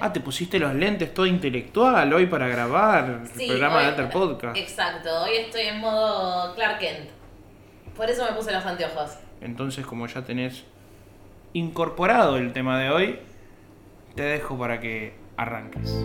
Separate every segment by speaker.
Speaker 1: Ah, te pusiste los lentes todo intelectual hoy para grabar
Speaker 2: Sí,
Speaker 1: el programa de
Speaker 2: hoy- eh.
Speaker 1: Alter Podcast.
Speaker 2: Exacto, hoy estoy en modo Clark Kent. Por eso me puse los anteojos.
Speaker 1: Entonces, como ya tenés incorporado el tema de hoy, te dejo para que arranques.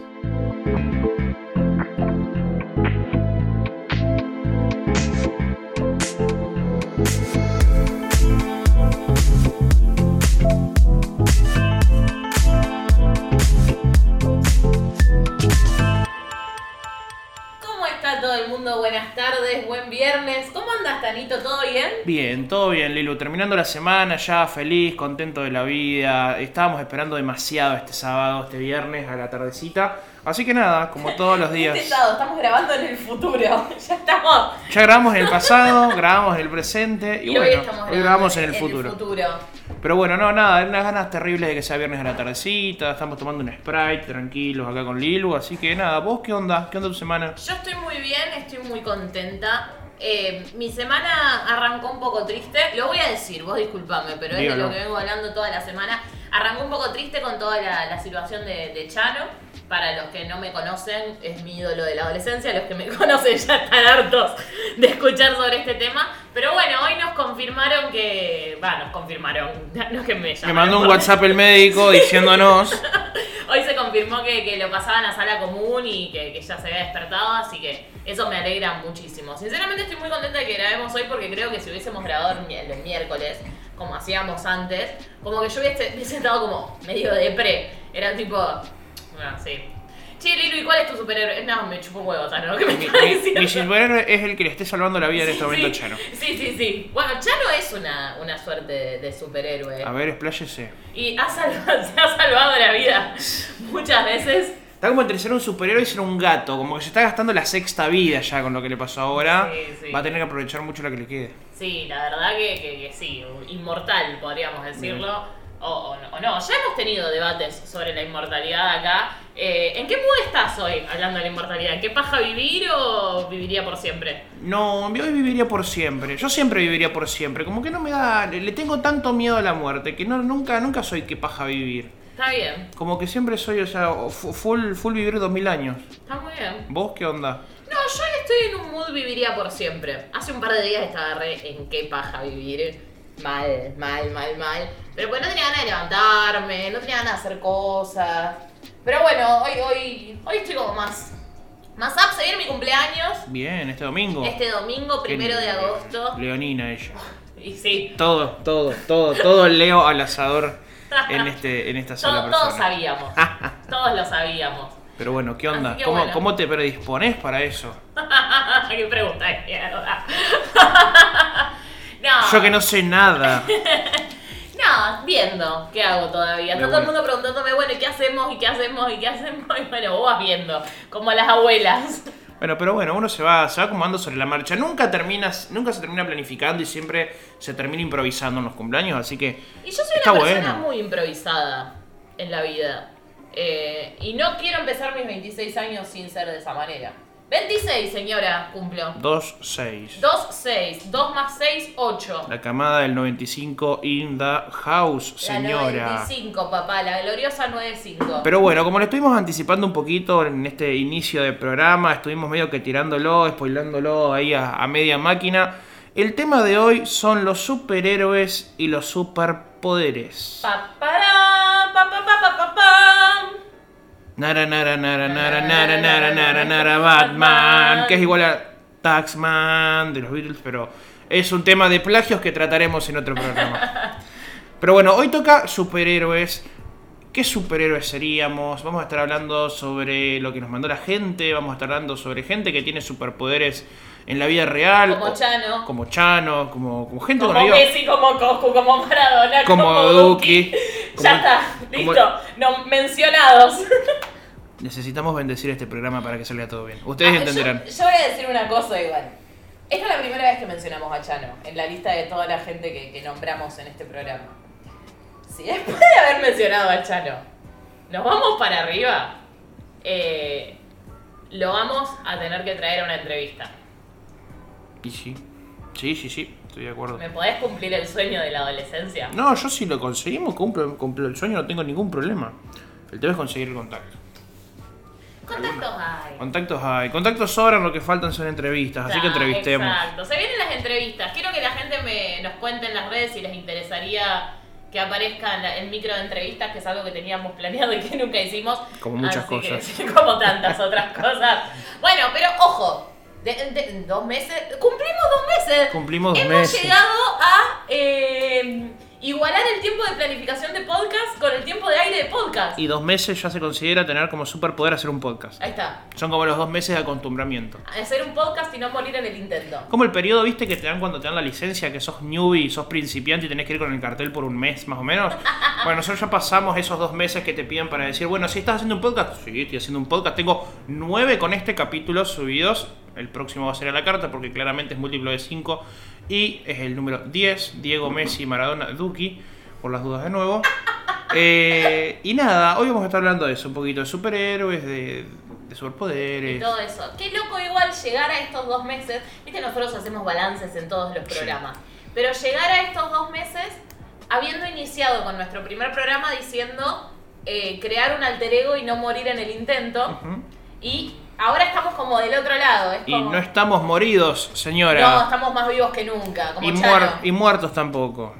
Speaker 2: ¿Cómo está todo el mundo? Buenas tardes, buen viernes. ¿Cómo andas, Tanito? ¿Todo bien?
Speaker 1: Bien, todo bien, Lilu. Terminando la semana ya, feliz, contento de la vida. Estábamos esperando demasiado este sábado, este viernes, a la tardecita. Así que nada, como todos los días.
Speaker 2: Este sábado estamos grabando en el futuro. ya estamos.
Speaker 1: Ya grabamos en el pasado, grabamos en el presente y,
Speaker 2: Y hoy
Speaker 1: bueno,
Speaker 2: estamos
Speaker 1: hoy
Speaker 2: grabando
Speaker 1: grabamos en el
Speaker 2: El
Speaker 1: futuro.
Speaker 2: futuro.
Speaker 1: Pero bueno, no, nada, unas ganas terribles de que sea viernes a la tardecita, estamos tomando un Sprite, tranquilos, acá con Lilu, así que nada, vos qué onda, qué onda tu semana.
Speaker 2: Yo estoy muy bien, estoy muy contenta. Eh, mi semana arrancó un poco triste, lo voy a decir, vos disculpame, pero es de
Speaker 1: Dígalo.
Speaker 2: lo que vengo hablando toda la semana. Arrancó un poco triste con toda la, la situación de, de Chano. Para los que no me conocen, es mi ídolo de la adolescencia. Los que me conocen ya están hartos de escuchar sobre este tema. Pero bueno, hoy nos confirmaron que. Va, nos confirmaron. No es que me
Speaker 1: Me
Speaker 2: llamaron.
Speaker 1: mandó un WhatsApp el médico diciéndonos,
Speaker 2: Hoy se confirmó que, que lo pasaban a sala común y que, que ya se había despertado, así que eso me alegra muchísimo. Sinceramente estoy muy contenta de que grabemos hoy porque creo que si hubiésemos grabado el mi- el miércoles, como hacíamos antes, como que yo hubiese, hubiese estado como medio depre. Era tipo, bueno, sí. Che, Lilu, ¿y cuál es tu superhéroe? No, me chupo huevos, ¿no? ¿Qué me
Speaker 1: mi,
Speaker 2: estás diciendo?
Speaker 1: mi superhéroe es el que le esté salvando la vida en este momento a
Speaker 2: sí,
Speaker 1: Chano.
Speaker 2: Sí, sí, sí. Bueno, Chano es una, una suerte de, de superhéroe.
Speaker 1: A ver, expláyese.
Speaker 2: Y ha salvado- se ha salvado la vida muchas veces.
Speaker 1: Está como entre ser un superhéroe y ser un gato, como que se está gastando la sexta vida ya con lo que le pasó ahora.
Speaker 2: Sí, sí.
Speaker 1: Va a tener que aprovechar mucho la que le quede.
Speaker 2: Sí, la verdad que, que- que sí, inmortal podríamos decirlo. O, o no, o no. ya hemos tenido debates sobre la inmortalidad acá. Eh, ¿En qué mood estás hoy hablando de la inmortalidad? ¿En ¿Qué paja vivir o viviría por siempre?
Speaker 1: No, hoy viviría por siempre. Yo siempre viviría por siempre. Como que no me da. Le le tengo tanto miedo a la muerte que no, nunca, nunca soy que paja vivir.
Speaker 2: Está bien,
Speaker 1: Como que siempre soy, o sea, o fu- full, full vivir 2000 años.
Speaker 2: está muy bien.
Speaker 1: ¿Vos qué onda?
Speaker 2: No, yo estoy en un mood viviría por siempre. Hace un par de días estaba re en qué paja vivir. Mal, mal, mal, mal. Pero pues no tenía ganas de levantarme, no tenía ganas de hacer cosas. Pero bueno, hoy, hoy, hoy estoy como más. Más up, se viene mi cumpleaños.
Speaker 1: Bien, este domingo.
Speaker 2: Este domingo,
Speaker 1: Qué
Speaker 2: primero de
Speaker 1: linda.
Speaker 2: agosto.
Speaker 1: Leonina ella.
Speaker 2: Y sí,
Speaker 1: Todo, todo, todo, todo Leo al asador en, este, en esta
Speaker 2: to-
Speaker 1: sola
Speaker 2: todos
Speaker 1: persona.
Speaker 2: sabíamos. todos lo sabíamos.
Speaker 1: Pero bueno, ¿qué onda?
Speaker 2: Así que
Speaker 1: ¿Cómo,
Speaker 2: bueno.
Speaker 1: ¿Cómo te predispones para eso?
Speaker 2: Qué pregunta de mierda. no.
Speaker 1: Yo que no sé nada.
Speaker 2: No, viendo qué hago todavía. Está
Speaker 1: De
Speaker 2: todo el
Speaker 1: buena.
Speaker 2: mundo preguntándome, bueno, ¿y qué hacemos? ¿Y qué hacemos? ¿Y qué hacemos? Y bueno, vos vas viendo, como las abuelas.
Speaker 1: Bueno, pero bueno, uno se va, se va acomodando sobre la marcha. Nunca terminas, nunca se termina planificando y siempre se termina improvisando en los cumpleaños, así que
Speaker 2: Y yo soy
Speaker 1: Está
Speaker 2: una persona
Speaker 1: bueno.
Speaker 2: muy improvisada en la vida. Eh, y no quiero empezar mis 26 años sin ser de esa manera. 26, señora, cumplo.
Speaker 1: 2-6.
Speaker 2: 2, 6. 2 más 6, 8.
Speaker 1: La camada del 95 in the house, señora.
Speaker 2: 95, papá, la gloriosa 95.
Speaker 1: Pero bueno, como lo estuvimos anticipando un poquito en este inicio del programa, estuvimos medio que tirándolo, spoilándolo ahí a, a media máquina. El tema de hoy son los superhéroes y los superpoderes.
Speaker 2: Pa, pará, pa, pa, pa, pa, pa, pam.
Speaker 1: Nara, nara, nara, nara, nara, nara, nara, nara, Batman, que es igual a Taxman de los Beatles, pero es un tema de plagios que trataremos en otro programa. Pero bueno, hoy toca superhéroes. ¿Qué superhéroes seríamos? Vamos a estar hablando sobre lo que nos mandó la gente, vamos a estar hablando sobre gente que tiene superpoderes en la vida real.
Speaker 2: Como
Speaker 1: o-
Speaker 2: Chano.
Speaker 1: Como Chano, como, como gente
Speaker 2: Como
Speaker 1: con la vida-
Speaker 2: Messi, como Coscu, como Maradona,
Speaker 1: Como
Speaker 2: como,
Speaker 1: Duki.
Speaker 2: Duki.
Speaker 1: Como-
Speaker 2: Ya está,
Speaker 1: como-
Speaker 2: listo. No, mencionados.
Speaker 1: Necesitamos bendecir este programa para que salga todo bien. Ustedes entenderán.
Speaker 2: Ah, Yo, yo voy a decir una cosa igual. Esta es la primera vez que mencionamos a Chano en la lista de toda la gente que, que nombramos en este programa. Si después de haber mencionado a Chano, nos vamos para arriba, eh, lo vamos a tener que traer a una entrevista.
Speaker 1: Y sí. Sí, sí, sí, estoy de acuerdo.
Speaker 2: ¿Me podés cumplir el sueño de la adolescencia?
Speaker 1: No, yo si lo conseguimos, cumplo, cumplo el sueño, no tengo ningún problema. El tema es conseguir el contacto.
Speaker 2: Contactos hay.
Speaker 1: Contactos hay. Contactos sobran, lo que faltan son entrevistas, así que
Speaker 2: Claro,
Speaker 1: entrevistemos.
Speaker 2: Ah, Exacto. Se vienen las entrevistas. Quiero que la gente me, nos cuente en las redes si les interesaría que aparezca en la- el micro de entrevistas, que es algo que teníamos planeado y que nunca hicimos.
Speaker 1: Como muchas
Speaker 2: Así que-
Speaker 1: cosas.
Speaker 2: como tantas otras cosas. Bueno, pero ojo. de- de- dos meses. Cumplimos dos meses.
Speaker 1: Cumplimos dos
Speaker 2: Hemos
Speaker 1: meses.
Speaker 2: llegado a eh, igualar el tiempo de planificación de podcast con el tiempo de aire de podcast.
Speaker 1: Y dos meses ya se considera tener como superpoder hacer un podcast.
Speaker 2: Ahí está.
Speaker 1: Son como los dos meses de acostumbramiento.
Speaker 2: Hacer un podcast y no morir en el intento.
Speaker 1: Como el periodo, viste, que te dan cuando te dan la licencia, que sos newbie, sos principiante y tenés que ir con el cartel por un mes más o menos. Bueno, nosotros ya pasamos esos dos meses que te piden para decir, bueno, si estás haciendo un podcast, sí, estoy haciendo un podcast. Tengo nueve con este capítulo subidos. El próximo va a ser a la carta porque claramente es múltiplo de cinco. Y es el número 10, Diego Messi, Maradona, Duki, por las dudas de nuevo. Eh, y nada, hoy vamos a estar hablando de eso, un poquito de superhéroes, de, de superpoderes.
Speaker 2: Y todo eso. Qué loco igual llegar a estos dos meses. Viste, nosotros hacemos balances en todos los
Speaker 1: Sí.
Speaker 2: programas. Pero llegar a estos dos meses habiendo iniciado con nuestro primer programa diciendo eh, crear un alter ego y no morir en el intento.
Speaker 1: Ujú.
Speaker 2: Y ahora estamos como del otro lado. Es
Speaker 1: ¿Mm? Y
Speaker 2: como,
Speaker 1: no estamos moridos, señora.
Speaker 2: No, estamos más vivos que nunca. Como
Speaker 1: y,
Speaker 2: Chano.
Speaker 1: muer- y muertos tampoco.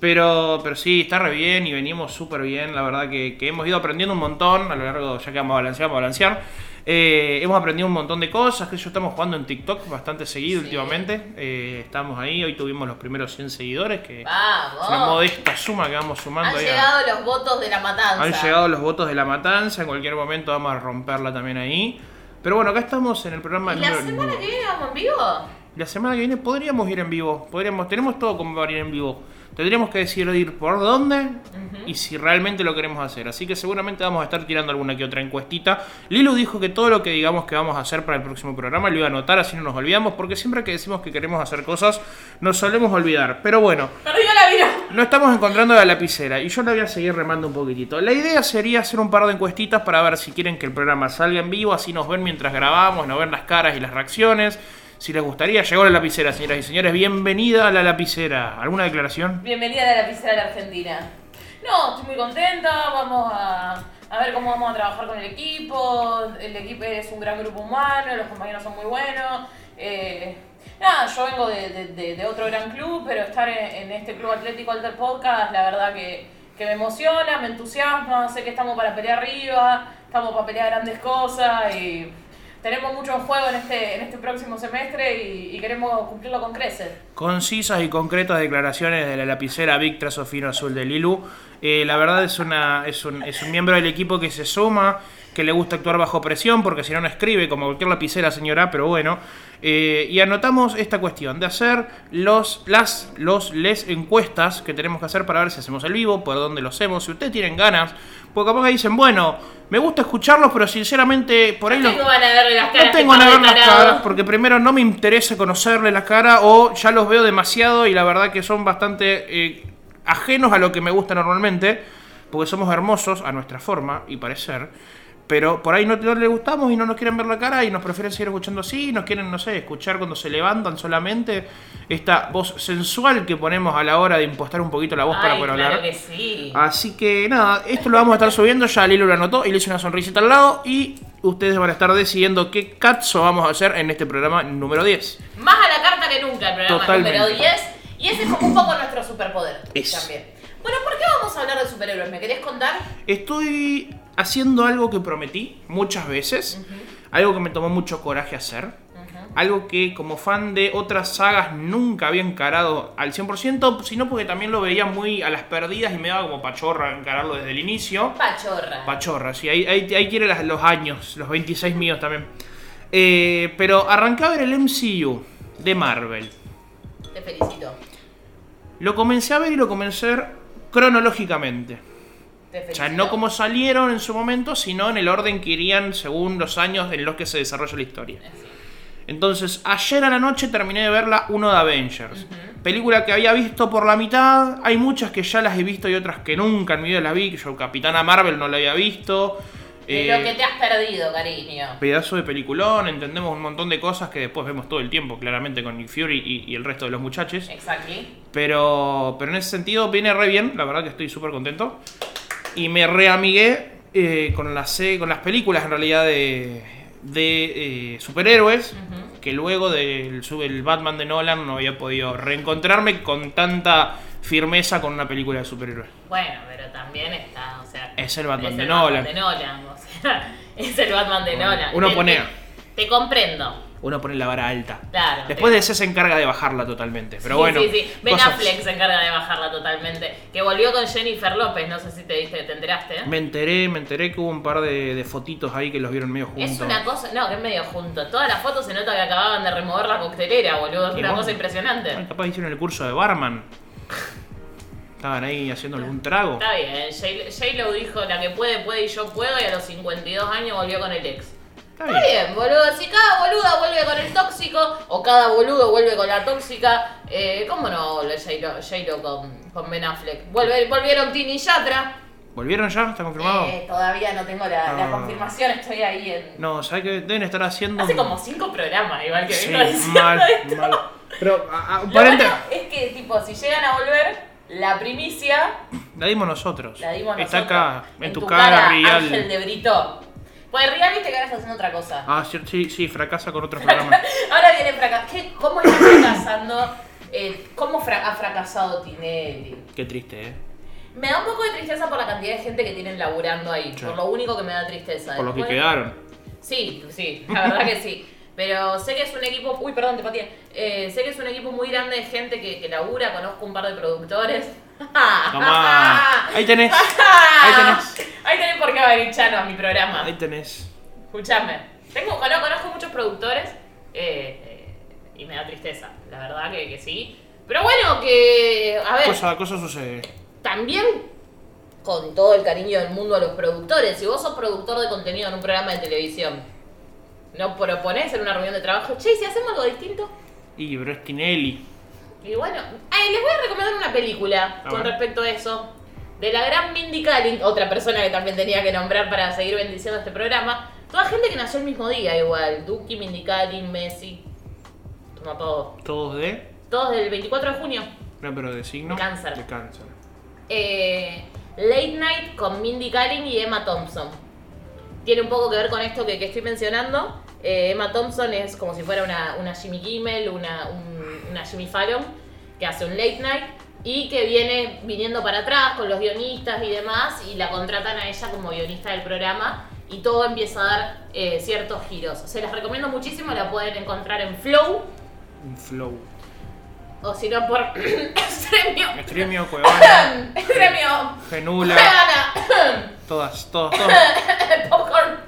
Speaker 1: Pero, pero sí, está re bien y venimos súper bien. La verdad que, que hemos ido aprendiendo un montón a lo largo, ya que vamos a balancear, vamos a balancear. Eh, hemos aprendido un montón de cosas, que yo estamos jugando en TikTok bastante seguido
Speaker 2: Sí.
Speaker 1: últimamente. Eh, estamos ahí, hoy tuvimos los primeros 100 seguidores, que es una
Speaker 2: Vamos.
Speaker 1: modesta suma que vamos sumando.
Speaker 2: Han
Speaker 1: ahí a-
Speaker 2: llegado los votos de la matanza.
Speaker 1: han llegado los votos de la matanza, en cualquier momento vamos a romperla también ahí. Pero bueno, acá estamos en el programa
Speaker 2: ¿Y la
Speaker 1: número
Speaker 2: semana que viene vamos en vivo?
Speaker 1: la semana que viene podríamos ir en vivo. Podríamos, tenemos todo como para ir en vivo. Tendríamos que decidir por dónde y si realmente lo queremos hacer. Así que seguramente vamos a estar tirando alguna que otra encuestita. Lilo dijo que todo lo que digamos que vamos a hacer para el próximo programa lo iba a anotar, así no nos olvidamos, porque siempre que decimos que queremos hacer cosas nos solemos olvidar. Pero bueno,
Speaker 2: Perdió la vida.
Speaker 1: no estamos encontrando la lapicera y yo la voy a seguir remando un poquitito. La idea sería hacer un par de encuestitas para ver si quieren que el programa salga en vivo, así nos ven mientras grabamos, nos ven las caras y las reacciones. Si les gustaría, llegó la lapicera, señoras y señores, bienvenida a la lapicera. ¿Alguna declaración?
Speaker 2: Bienvenida a la lapicera de la Argentina. No, estoy muy contenta, vamos a, a ver cómo vamos a trabajar con el equipo. El equipo es un gran grupo humano, los compañeros son muy buenos. Eh, nada, yo vengo de, de- de- de otro gran club, pero estar en, en este club atlético Alter Podcast, la verdad que, que me emociona, me entusiasma, sé que estamos para pelear arriba, estamos para pelear grandes cosas y tenemos mucho en juego en este, en este próximo semestre y, y queremos cumplirlo con creces.
Speaker 1: Concisas y concretas declaraciones de la lapicera Victra Sofino Azul de Lilu. Eh, la verdad es, una, es, un, es un miembro del equipo que se suma, que le gusta actuar bajo presión, porque si no, no escribe, como cualquier lapicera, señora, pero bueno. Eh, y anotamos esta cuestión de hacer los, las, los, les encuestas que tenemos que hacer para ver si hacemos el vivo, por dónde lo hacemos, si ustedes tienen ganas, porque capaz que dicen, bueno, me gusta escucharlos, pero sinceramente por ahí
Speaker 2: No
Speaker 1: lo-
Speaker 2: tengo ganas de verle las caras.
Speaker 1: no tengo
Speaker 2: que
Speaker 1: nada
Speaker 2: están
Speaker 1: ver las
Speaker 2: preparados.
Speaker 1: caras porque primero no me interesa conocerle la cara o ya los veo demasiado y la verdad que son bastante eh, ajenos a lo que me gusta normalmente porque somos hermosos a nuestra forma y parecer. Pero por ahí no, no le gustamos y no nos quieren ver la cara y nos prefieren seguir escuchando así, y nos quieren, no sé, escuchar cuando se levantan solamente esta voz sensual que ponemos a la hora de impostar un poquito la voz para
Speaker 2: Ay,
Speaker 1: poder
Speaker 2: claro
Speaker 1: hablar. Ah.
Speaker 2: que sí.
Speaker 1: Así que nada, esto lo vamos a estar subiendo, ya Lilo lo anotó y le hice una sonrisita al lado y ustedes van a estar decidiendo qué cazzo vamos a hacer en este programa número 10.
Speaker 2: Más a la carta que nunca el programa
Speaker 1: Totalmente.
Speaker 2: número 10. Y ese es como un poco nuestro superpoder
Speaker 1: Es.
Speaker 2: también. Bueno, ¿por qué vamos a hablar de superhéroes? ¿Me querés contar?
Speaker 1: Estoy haciendo algo que prometí muchas veces, algo que me tomó mucho coraje hacer, algo que como fan de otras sagas nunca había encarado al 100%, sino porque también lo veía muy a las perdidas y me daba como pachorra encararlo desde el inicio.
Speaker 2: Pachorra.
Speaker 1: Pachorra, sí, ahí, ahí, ahí quiere las- los años, los 26 míos también. Eh, pero arrancaba en el MCU de Marvel.
Speaker 2: Te felicito.
Speaker 1: Lo comencé a ver y lo comencé a ver cronológicamente.
Speaker 2: Te felicito.
Speaker 1: O sea, no como salieron en su momento, sino en el orden que irían según los años en los que se desarrolla la historia. Entonces, ayer a la noche terminé de verla uno de Avengers. Película que había visto por la mitad. Hay muchas que ya las he visto y otras que nunca en mi vida las vi. que Yo, Capitana Marvel, no la había visto.
Speaker 2: De
Speaker 1: Eh,
Speaker 2: lo que te has perdido, cariño.
Speaker 1: pedazo de peliculón, entendemos un montón de cosas que después vemos todo el tiempo, claramente con Nick Fury y, y el resto de los muchachos.
Speaker 2: Exactly.
Speaker 1: Pero, pero en ese sentido viene re bien, la verdad que estoy súper contento. Y me reamigué eh, con, las, se- con las películas en realidad de, de, eh, superhéroes,
Speaker 2: Ujú.
Speaker 1: que luego del sub- el Batman de Nolan no había podido reencontrarme con tanta firmeza con una película de superhéroes.
Speaker 2: Bueno, pero también está, o sea.
Speaker 1: Es el Batman
Speaker 2: es
Speaker 1: de
Speaker 2: el
Speaker 1: Nolan.
Speaker 2: Batman de Nolan, o sea, es el Batman de
Speaker 1: Bueno,
Speaker 2: Nolan.
Speaker 1: uno
Speaker 2: Te-
Speaker 1: pone-
Speaker 2: Te, te comprendo.
Speaker 1: Uno pone la vara alta.
Speaker 2: Claro,
Speaker 1: Después
Speaker 2: te-
Speaker 1: de ese se encarga de bajarla totalmente. Pero
Speaker 2: Sí,
Speaker 1: bueno.
Speaker 2: Sí, sí. Ben
Speaker 1: cosas-
Speaker 2: Affleck se encarga de bajarla totalmente. Que volvió con Jennifer López, no sé si te diste, te enteraste.
Speaker 1: Me enteré, me enteré que hubo un par de, de fotitos ahí que los vieron medio juntos.
Speaker 2: Es una cosa, no, que es medio junto. Todas las fotos se nota que acababan de remover la coctelera, boludo. Es
Speaker 1: Y
Speaker 2: una
Speaker 1: bueno.
Speaker 2: cosa impresionante.
Speaker 1: Ay, capaz hicieron el curso de barman. Estaban ahí haciendo algún trago.
Speaker 2: Está bien, J- J-Lo dijo la que puede, puede y yo puedo, y a los 52 años volvió con el ex.
Speaker 1: Está
Speaker 2: Está
Speaker 1: bien.
Speaker 2: bien, boludo. Si cada boluda vuelve con el tóxico, o cada boludo vuelve con la tóxica, eh, ¿cómo no vuelve J-Lo, J-Lo con, con Ben Affleck? Vuelve- volvieron Tini y Yatra.
Speaker 1: ¿Volvieron ya? ¿Está confirmado?
Speaker 2: Eh, todavía no tengo la, la
Speaker 1: Ah.
Speaker 2: confirmación, estoy ahí en.
Speaker 1: No, ¿sabes que Deben estar haciendo.
Speaker 2: Hace
Speaker 1: un-
Speaker 2: como cinco programas, igual que
Speaker 1: Sí,
Speaker 2: vengo diciendo
Speaker 1: mal,
Speaker 2: esto.
Speaker 1: mal. Pero, a- a-
Speaker 2: Lo
Speaker 1: aparente-
Speaker 2: bueno es que, tipo, si llegan a volver, la primicia
Speaker 1: La dimos nosotros.
Speaker 2: La dimos
Speaker 1: Está
Speaker 2: nosotros.
Speaker 1: acá, en, tu, cara, Rial.
Speaker 2: Ángel de Brito. Pues Rial viste que ahora está haciendo otra cosa.
Speaker 1: Ah, sí, sí, sí, fracasa con otros programas.
Speaker 2: Ahora viene fracas. ¿Qué- ¿Cómo está fracasando? Eh, ¿Cómo fra- ha fracasado Tinelli?
Speaker 1: Qué triste, ¿eh?
Speaker 2: Me da un poco de tristeza por la cantidad de gente que tienen laburando ahí.
Speaker 1: Sí.
Speaker 2: Por lo único que me da tristeza.
Speaker 1: Por los que
Speaker 2: Después-
Speaker 1: quedaron.
Speaker 2: Sí, sí, la verdad que sí. Pero sé que es un equipo, uy, perdón, te pateé. Eh, sé que es un equipo muy grande de gente que, que labura, conozco un par de productores.
Speaker 1: Tomá. Ahí tenés.
Speaker 2: Ahí
Speaker 1: tenés.
Speaker 2: Ahí tenés por qué haber hinchado a mi programa.
Speaker 1: Ahí tenés.
Speaker 2: Escuchame. Tengo, cono- conozco muchos productores eh, eh, y me da tristeza, la verdad que, que sí. Pero bueno, que. A ver,
Speaker 1: Cosa, cosa sucede.
Speaker 2: también con todo el cariño del mundo a los productores. Si vos sos productor de contenido en un programa de televisión, no proponés en una reunión de trabajo, che, si hacemos algo distinto.
Speaker 1: Y pero es Tinelli.
Speaker 2: Y bueno, ay, les voy a recomendar una película
Speaker 1: A
Speaker 2: con
Speaker 1: ver.
Speaker 2: respecto a eso. De la gran Mindy Kaling, otra persona que también tenía que nombrar para seguir bendiciendo este programa. Toda gente que nació el mismo día igual. Duki, Mindy Kaling, Messi. Toma todo.
Speaker 1: Todos de.
Speaker 2: Todos del 24 de junio.
Speaker 1: No, pero de signo.
Speaker 2: De cáncer.
Speaker 1: De cáncer.
Speaker 2: Eh, Late Night con Mindy Kaling y Emma Thompson. Tiene un poco que ver con esto que, que estoy mencionando. Eh, Emma Thompson es como si fuera una, una Jimmy Kimmel, una, un- una Jimmy Fallon, que hace un late night y que viene viniendo para atrás con los guionistas y demás y la contratan a ella como guionista del programa y todo empieza a dar eh, ciertos giros. Se las recomiendo muchísimo, la pueden encontrar en Flow
Speaker 1: Un flow.
Speaker 2: o si no por Extremio.
Speaker 1: Extremio, Cuevana.
Speaker 2: Extremio.
Speaker 1: Genula.
Speaker 2: Gana.
Speaker 1: Todas, todas, todas.
Speaker 2: Popcorn.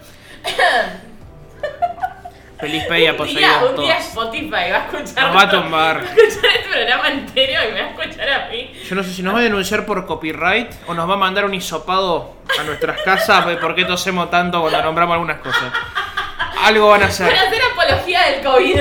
Speaker 1: Feliz Peya,
Speaker 2: un día,
Speaker 1: poseídas
Speaker 2: un día
Speaker 1: todas.
Speaker 2: Spotify va a escuchar.
Speaker 1: Nos va a
Speaker 2: todo-
Speaker 1: tumbar.
Speaker 2: Va a escuchar este programa entero y me va a escuchar a mí.
Speaker 1: Yo no sé si nos va a denunciar por copyright o nos va a mandar un hisopado a nuestras casas de por qué tosemos tanto cuando nombramos algunas cosas. Algo van a hacer.
Speaker 2: Para hacer apología del COVID.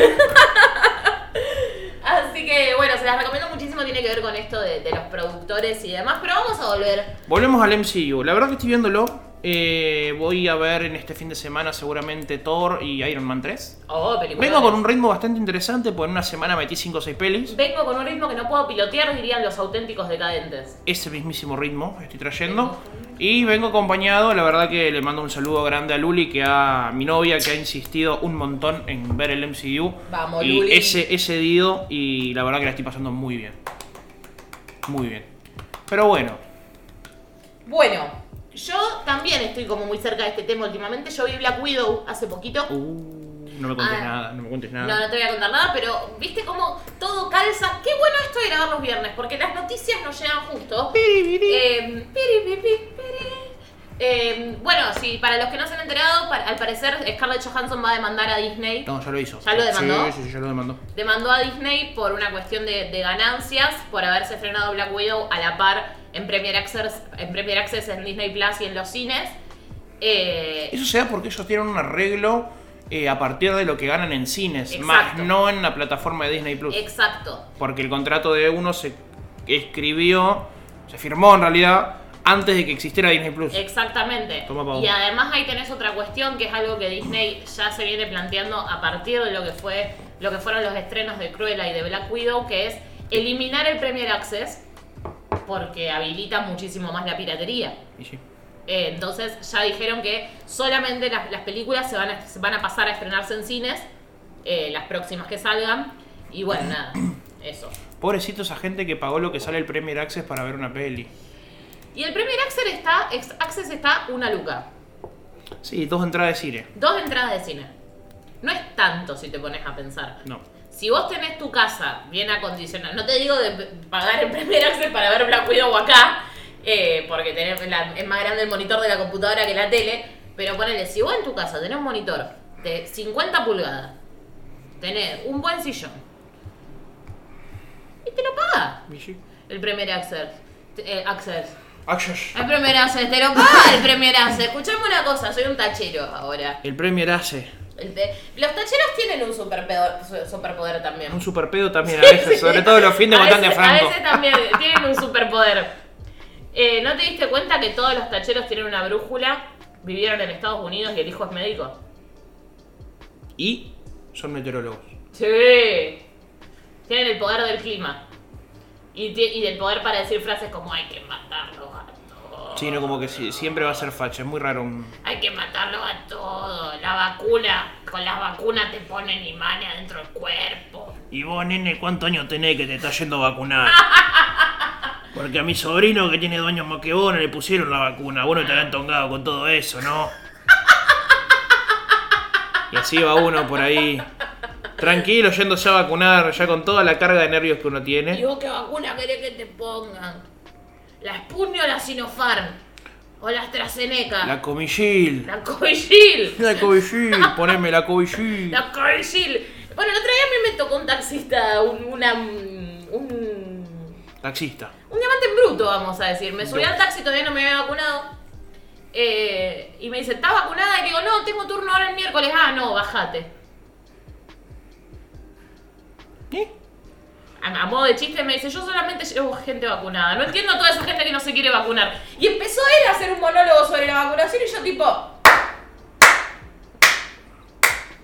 Speaker 2: Así que bueno, se las recomiendo muchísimo, tiene que ver con esto de, de los productores y demás, pero vamos a volver.
Speaker 1: Volvemos al MCU. La verdad que estoy viéndolo. Eh, voy a ver en este fin de semana seguramente Thor y Iron Man 3.
Speaker 2: Oh, película.
Speaker 1: Vengo con un ritmo bastante interesante, porque en una semana metí 5 o 6 pelis.
Speaker 2: Vengo con un ritmo que no puedo pilotear, dirían los auténticos decadentes.
Speaker 1: Ese mismísimo ritmo estoy trayendo. Y vengo acompañado, la verdad que le mando un saludo grande a Luli, que a mi novia, que ha insistido un montón en ver el MCU.
Speaker 2: Vamos,
Speaker 1: y
Speaker 2: Luli.
Speaker 1: Ese, ese dido, y la verdad que la estoy pasando muy bien. Muy bien. Pero bueno,
Speaker 2: Bueno, yo también estoy como muy cerca de este tema últimamente. Yo vi Black Widow hace poquito.
Speaker 1: uh, no me contes
Speaker 2: Ah.
Speaker 1: nada, no me cuentes nada.
Speaker 2: No, no te voy a contar nada, pero viste cómo todo calza. Qué bueno esto de grabar los viernes, porque las noticias nos llegan justo. Eh, piri, pi, pi, piri. Eh, bueno, sí, para los que no se han enterado, pa- al parecer Scarlett Johansson va a demandar a Disney.
Speaker 1: No, ya lo hizo.
Speaker 2: ¿Ya lo demandó?
Speaker 1: Sí, sí, sí, ya lo demandó.
Speaker 2: Demandó a Disney por una cuestión de, de ganancias, por haberse frenado Black Widow a la par en Premier Access en, Premier Access, en Disney Plus y en los cines. Eh,
Speaker 1: Eso se da porque ellos tienen un arreglo eh, a partir de lo que ganan en cines,
Speaker 2: Exacto.
Speaker 1: más no en la plataforma de Disney Plus.
Speaker 2: exacto.
Speaker 1: Porque el contrato de uno se escribió, se firmó en realidad, antes de que existiera Disney Plus.
Speaker 2: Eh. Exactamente.
Speaker 1: Toma pa' vos.
Speaker 2: y además ahí tenés otra cuestión que es algo que Disney ya se viene planteando a partir de lo que fue lo que fueron los estrenos de Cruella y de Black Widow, que es eliminar el Premier Access porque habilita muchísimo más la piratería.
Speaker 1: Y sí.
Speaker 2: Eh, entonces ya dijeron que solamente las, las películas se van, a, se van a pasar a estrenarse en cines, eh, las próximas que salgan. Y bueno, nada, eso.
Speaker 1: Pobrecito esa gente que pagó lo que sale el Premier Access para ver una peli.
Speaker 2: Y el Premier Access está, ex- Access está una luca.
Speaker 1: Sí, dos entradas de cine.
Speaker 2: Dos entradas de cine. No es tanto si te pones a pensar.
Speaker 1: No.
Speaker 2: Si vos tenés tu casa bien acondicionada, no te digo de p- pagar el Premier Access para ver Black Widow acá, eh, porque tenés la- es más grande el monitor de la computadora que la tele, pero ponele, si vos en tu casa tenés un monitor de 50 pulgadas, tenés un buen sillón, y te lo paga el Premier Access. eh, Access.
Speaker 1: Access.
Speaker 2: El Premier Access, te lo paga el Premier Access. Escuchame una cosa, soy un tachero ahora.
Speaker 1: El Premier hace.
Speaker 2: El de- Este, Los tacheros tienen un superpedo- su- superpoder también.
Speaker 1: Un super pedo también a veces, sobre todo los fines
Speaker 2: A
Speaker 1: con Tania
Speaker 2: veces-
Speaker 1: Franco.
Speaker 2: A veces también eh, tienen un superpoder. Eh, ¿No te diste cuenta que todos los tacheros tienen una brújula? Vivieron en Estados Unidos y el hijo es médico.
Speaker 1: Y son meteorólogos.
Speaker 2: Sí. Tienen el poder del clima. Y, ti- y del poder para decir frases como hay que matarlos a todos.
Speaker 1: Sí, no, como que sí, siempre va a ser facha, es muy raro. un-
Speaker 2: Hay que matarlos a todos. La vacuna. Con las vacunas te ponen imanes adentro del cuerpo.
Speaker 1: Y vos, nene, ¿cuántos años tenés que te está yendo a vacunar? Porque a mi sobrino que tiene dos años más que vos no le pusieron la vacuna. Vos no te habían tongado con todo eso, ¿no? Y así va uno por ahí. Tranquilo, yéndose a vacunar, ya con toda la carga de nervios que uno
Speaker 2: ¿Y
Speaker 1: tiene.
Speaker 2: vos qué vacuna querés que te pongan? ¿La Sputnik o la Sinopharm? ¿O la AstraZeneca?
Speaker 1: La comillil.
Speaker 2: La Covichil.
Speaker 1: La comillil, poneme la comillil.
Speaker 2: La Covichil. Bueno, el otro día a mí me tocó un taxista, un, una, un,
Speaker 1: Taxista.
Speaker 2: un diamante en bruto, vamos a decir. Me subí al taxi, todavía no me había vacunado. Eh, y me dice, ¿estás vacunada? Y le digo, no, tengo turno ahora el miércoles. Ah, no, bajate.
Speaker 1: ¿Eh?
Speaker 2: A, a modo de chiste me dice, yo solamente llevo gente vacunada. No entiendo toda esa gente que no se quiere vacunar. Y empezó él a hacer un monólogo sobre la vacunación y yo tipo,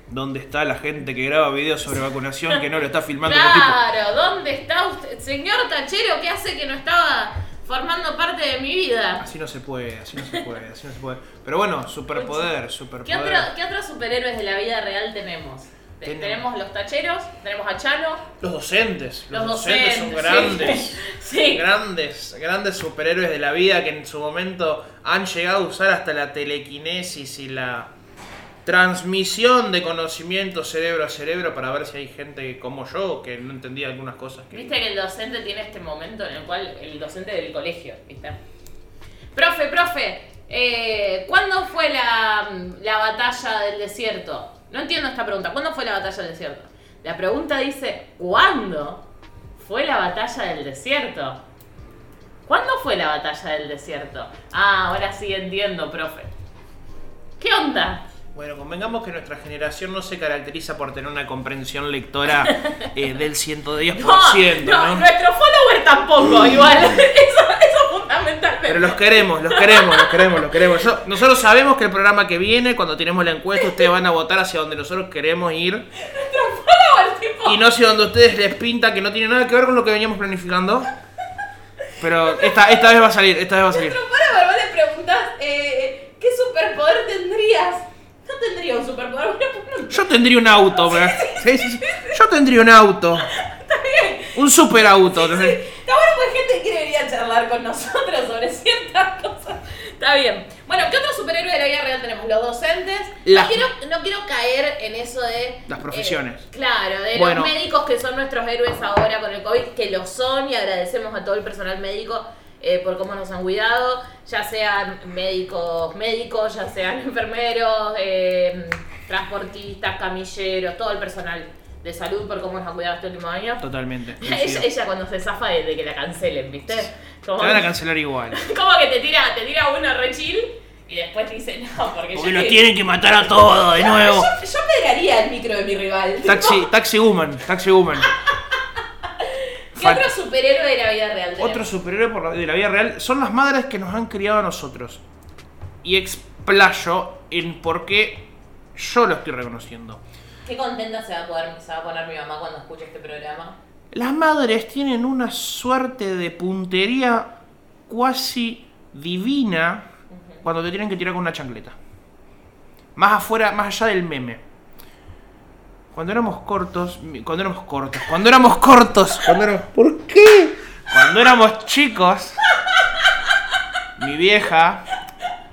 Speaker 1: ¿Dónde está la gente que graba videos sobre vacunación que no lo está filmando otro tipo?
Speaker 2: claro, ¿dónde está usted? Señor Tachero, ¿qué hace que no estaba formando parte de mi vida?
Speaker 1: Así no se puede, así no se puede, así no se puede. Pero bueno, superpoder,
Speaker 2: ¿Qué, otro-
Speaker 1: superpoder.
Speaker 2: qué otros superhéroes de la vida real tenemos? Te-
Speaker 1: Tenemos-
Speaker 2: Tenemos los tacheros, tenemos a Chano,
Speaker 1: Los docentes, los,
Speaker 2: los
Speaker 1: docentes,
Speaker 2: docentes. sí.
Speaker 1: son grandes.
Speaker 2: Sí.
Speaker 1: Grandes, grandes superhéroes de la vida que en su momento han llegado a usar hasta la telequinesis y la transmisión de conocimiento cerebro a cerebro para ver si hay gente como yo que no entendía algunas cosas que...
Speaker 2: Viste que el docente tiene este momento en el cual el docente del colegio, ¿viste? Profe, profe, eh, ¿cuándo fue la, la batalla del desierto? No entiendo esta pregunta. ¿Cuándo fue la batalla del desierto? La pregunta dice, ¿cuándo fue la batalla del desierto? ¿Cuándo fue la batalla del desierto? Ah, ahora sí entiendo, profe. ¿Qué onda?
Speaker 1: Bueno, convengamos que nuestra generación no se caracteriza por tener una comprensión lectora eh, del 110%,
Speaker 2: no,
Speaker 1: ¿no?
Speaker 2: nuestro follower tampoco, igual. Eso, eso fundamentalmente.
Speaker 1: Pero los queremos, los queremos, los queremos, los queremos. Yo- nosotros sabemos que el programa que viene, cuando tenemos la encuesta, ustedes van a votar hacia donde nosotros queremos ir
Speaker 2: Follower, tipo.
Speaker 1: y no hacia donde a ustedes les pinta que no tiene nada que ver con lo que veníamos planificando. Pero esta, esta vez va a salir, esta vez va a salir.
Speaker 2: Pero para vos le preguntás, eh, ¿qué superpoder tendrías? No tendría un superpoder, pues voy a poner un-
Speaker 1: Yo tendría un auto, ¿verdad? Sí, sí, sí. Yo tendría un auto. Un super auto.
Speaker 2: Está bueno pues gente que debería charlar con nosotros sobre ciertas cosas. Está bien. Bueno, ¿qué otro superhéroe de la vida real tenemos? Los docentes.
Speaker 1: Las-
Speaker 2: No, quiero, no quiero caer en eso de...
Speaker 1: Las profesiones.
Speaker 2: eh, claro, de
Speaker 1: Bueno.
Speaker 2: los médicos que son nuestros héroes ahora con el COVID, que lo son y agradecemos a todo el personal médico. eh, por cómo nos han cuidado, ya sean médicos, médicos, ya sean enfermeros, eh, transportistas, camilleros, todo el personal de salud por cómo nos han cuidado este último año.
Speaker 1: Totalmente.
Speaker 2: Ella, ella cuando se zafa de, de que la cancelen, ¿viste? Como,
Speaker 1: Te van a cancelar igual.
Speaker 2: como que te tira, te tira uno re chill y después te dice, no, porque, yo. te-
Speaker 1: que matar a todos de
Speaker 2: Yo, yo pegaría el micro de mi rival.
Speaker 1: Taxi, taxi Woman, Taxi Woman.
Speaker 2: ¿Qué otro superhéroe de la vida real? tenemos?
Speaker 1: Otro superhéroe por la- de la vida real son las madres que nos han criado a nosotros. Y explayo en por qué yo lo estoy reconociendo.
Speaker 2: Qué contenta se va, a poder, se va a poner mi mamá cuando escuche este programa.
Speaker 1: Las madres tienen una suerte de puntería cuasi divina cuando te tienen que tirar con una chancleta. Más afuera, más allá del meme. Cuando éramos cortos, mi- cuando éramos cortos, cuando éramos cortos, cuando éramos, ¿por qué? Cuando éramos chicos, mi vieja,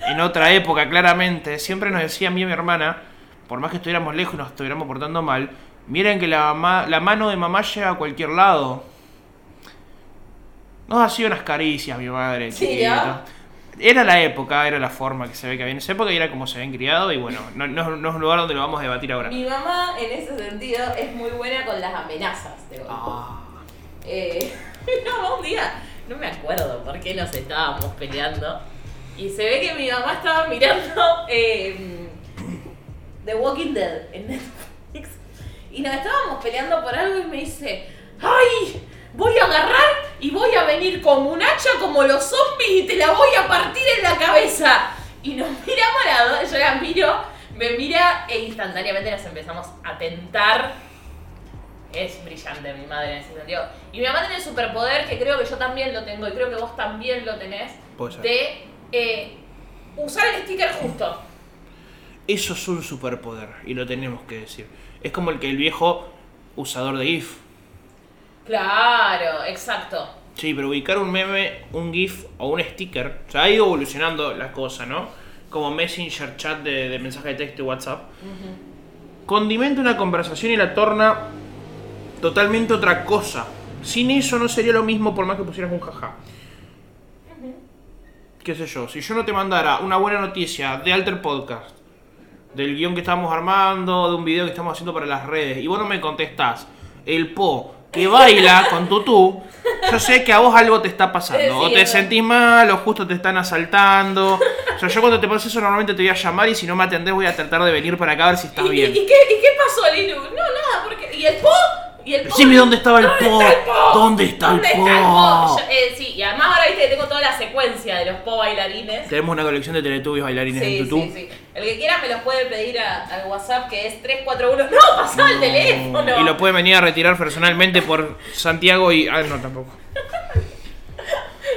Speaker 1: en otra época claramente, siempre nos decía a mí y a mi hermana, por más que estuviéramos lejos y nos estuviéramos portando mal, miren que la, ma- la mano de mamá llega a cualquier lado. Nos hacía unas caricias mi madre.
Speaker 2: Sí,
Speaker 1: chiquito.
Speaker 2: ¿no?
Speaker 1: Era la época, era la forma que se ve que había en esa época y era como se habían criado y bueno, no, no- no es un lugar donde lo vamos a debatir ahora.
Speaker 2: Mi mamá, en ese sentido, es muy buena con las amenazas. Te cuento.
Speaker 1: Ah.
Speaker 2: Eh, no, un día, no me acuerdo por qué nos estábamos peleando. Y se ve que mi mamá estaba mirando eh, The Walking Dead en Netflix. Y nos estábamos peleando por algo y me dice, ¡ay! Voy a agarrar y voy a venir como un hacha, como los zombies, y te la voy a partir en la cabeza. Y nos miramos a las dos, yo la miro, me mira e instantáneamente nos empezamos a tentar. Es brillante mi madre en ese sentido. Y mi mamá tiene el superpoder que creo que yo también lo tengo y creo que vos también lo tenés.
Speaker 1: Puede ser.
Speaker 2: De eh, usar el sticker justo.
Speaker 1: Eso es un superpoder y lo tenemos que decir. Es como el que el viejo usador de GIF.
Speaker 2: Claro, exacto.
Speaker 1: Sí, pero ubicar un meme, un GIF o un sticker. O sea, ha ido evolucionando la cosa, ¿no? Como Messenger, chat de, de mensaje de texto y WhatsApp. Condimenta una conversación y la torna totalmente otra cosa. Sin eso no sería lo mismo por más que pusieras un jaja. Qué sé yo, si yo no te mandara una buena noticia de Alter Podcast, del guión que estamos armando, de un video que estamos haciendo para las redes, y vos no me contestás el po que baila con tutú, yo sé que a vos algo te está
Speaker 2: Sí,
Speaker 1: pasando. O
Speaker 2: es
Speaker 1: te
Speaker 2: verdad.
Speaker 1: sentís mal, o justo te están asaltando. O sea, yo cuando te pase eso normalmente te voy a llamar y si no me atendés voy a tratar de venir para acá a ver si estás
Speaker 2: ¿Y,
Speaker 1: bien.
Speaker 2: y- y qué, y qué pasó, Lilu? No, nada, porque. ¿Y el po? ¿Y el po?
Speaker 1: Decime dónde estaba el po.
Speaker 2: está po?
Speaker 1: ¿Dónde está el po?
Speaker 2: Yo- eh, sí, y además ahora viste que tengo toda la secuencia de los po bailarines.
Speaker 1: Tenemos una colección de teletubbies bailarines
Speaker 2: Sí,
Speaker 1: en tutú.
Speaker 2: sí, sí. El que quiera me los puede pedir a- al WhatsApp que es 341. ¡No! ¡Pasó el teléfono!
Speaker 1: Y lo pueden venir a retirar personalmente por Santiago y. Ah, no, tampoco.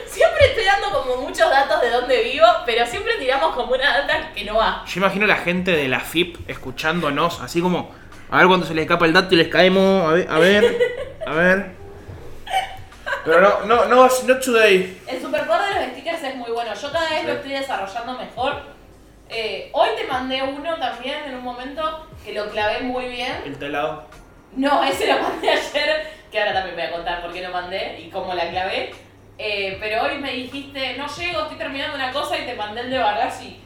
Speaker 2: Siempre estoy dando como muchos datos de dónde vivo, pero siempre tiramos como una data que no va.
Speaker 1: Yo imagino la gente de la FIP escuchándonos, así como. A ver cuando se les escapa el dato y les caemos. A ver, a ver. A ver. Pero no, no, no, no today.
Speaker 2: El superpoder de los stickers es muy bueno. Yo cada vez lo
Speaker 1: Sí.
Speaker 2: estoy desarrollando mejor. Eh, hoy te mandé uno también en un momento que lo clavé muy bien.
Speaker 1: El telado.
Speaker 2: No, ese lo mandé ayer, que ahora también voy a contar por qué lo mandé y cómo la clavé. Eh, pero hoy me dijiste, no llego, estoy terminando una cosa y te mandé el de Barassi,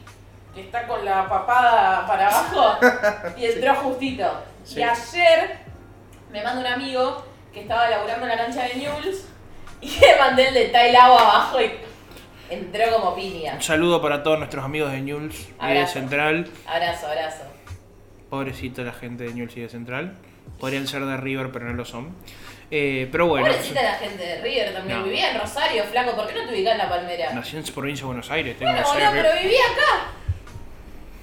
Speaker 2: que está con la papada para abajo y entró justito.
Speaker 1: Sí.
Speaker 2: Y ayer me manda un amigo que estaba laburando en la cancha de Newell's y le mandé el de Tailao abajo y entró como piña.
Speaker 1: Un saludo para todos nuestros amigos de News y de
Speaker 2: Abrazo.
Speaker 1: Central.
Speaker 2: Abrazo, abrazo.
Speaker 1: Pobrecita la gente de News y de Central. Podrían ser de River, pero no lo son. Eh, pero bueno.
Speaker 2: Pobrecita la gente de River también.
Speaker 1: No.
Speaker 2: Vivía en Rosario, flaco. ¿Por qué no te ubicás en La Palmera?
Speaker 1: Nació en provincia de Buenos Aires. Tengo
Speaker 2: Bueno,
Speaker 1: que
Speaker 2: boludo,
Speaker 1: ser-
Speaker 2: pero vivía acá.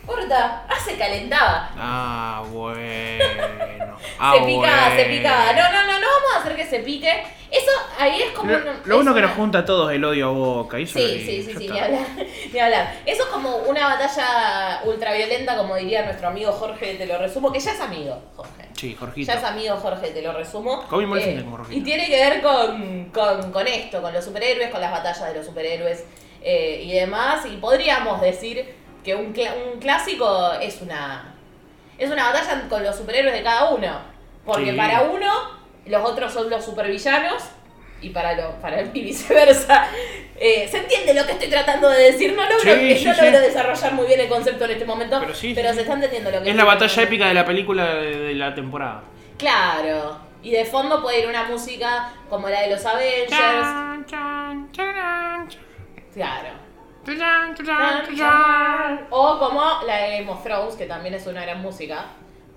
Speaker 2: Corta. Ah, se calentaba.
Speaker 1: Ah, bueno. Ah,
Speaker 2: se picaba, se
Speaker 1: bueno.
Speaker 2: picaba. No, no, no, no vamos a hacer que se pique. Eso ahí es como
Speaker 1: Lo,
Speaker 2: un-
Speaker 1: lo bueno
Speaker 2: es
Speaker 1: que nos
Speaker 2: una-
Speaker 1: junta a todos es el odio a Boca. Eso
Speaker 2: Sí,
Speaker 1: es-
Speaker 2: sí, sí,
Speaker 1: ya
Speaker 2: sí,
Speaker 1: está.
Speaker 2: ni hablar, ni hablar. Eso es como una batalla ultraviolenta, como diría nuestro amigo Jorge, te lo resumo, que ya es amigo, Jorge.
Speaker 1: Sí, Jorgito.
Speaker 2: Ya es amigo Jorge, te lo resumo. Eh,
Speaker 1: Comimos el fin de como Jorgito.
Speaker 2: y tiene que ver con, con, con esto, con los superhéroes, con las batallas de los superhéroes eh, y demás. Y podríamos decir que un, cla- un clásico es una, es una batalla con los superhéroes de cada uno. Porque
Speaker 1: Sí.
Speaker 2: para uno, los otros son los supervillanos y para, lo, para el- y viceversa. Eh, ¿Se entiende lo que estoy tratando de decir? No logro,
Speaker 1: Sí, sí,
Speaker 2: no
Speaker 1: sí.
Speaker 2: logro desarrollar muy bien el concepto en este momento,
Speaker 1: Pero
Speaker 2: pero,
Speaker 1: sí, sí,
Speaker 2: se está entendiendo lo que
Speaker 1: Es la
Speaker 2: estoy
Speaker 1: batalla
Speaker 2: tratando.
Speaker 1: épica de la película de, de la temporada.
Speaker 2: Claro. Y de fondo puede ir una música como la de los Avengers.
Speaker 1: Chan, chan, charan,
Speaker 2: Claro.
Speaker 1: charan, charan, charan.
Speaker 2: O como la de Game of Thrones, que también es una gran música.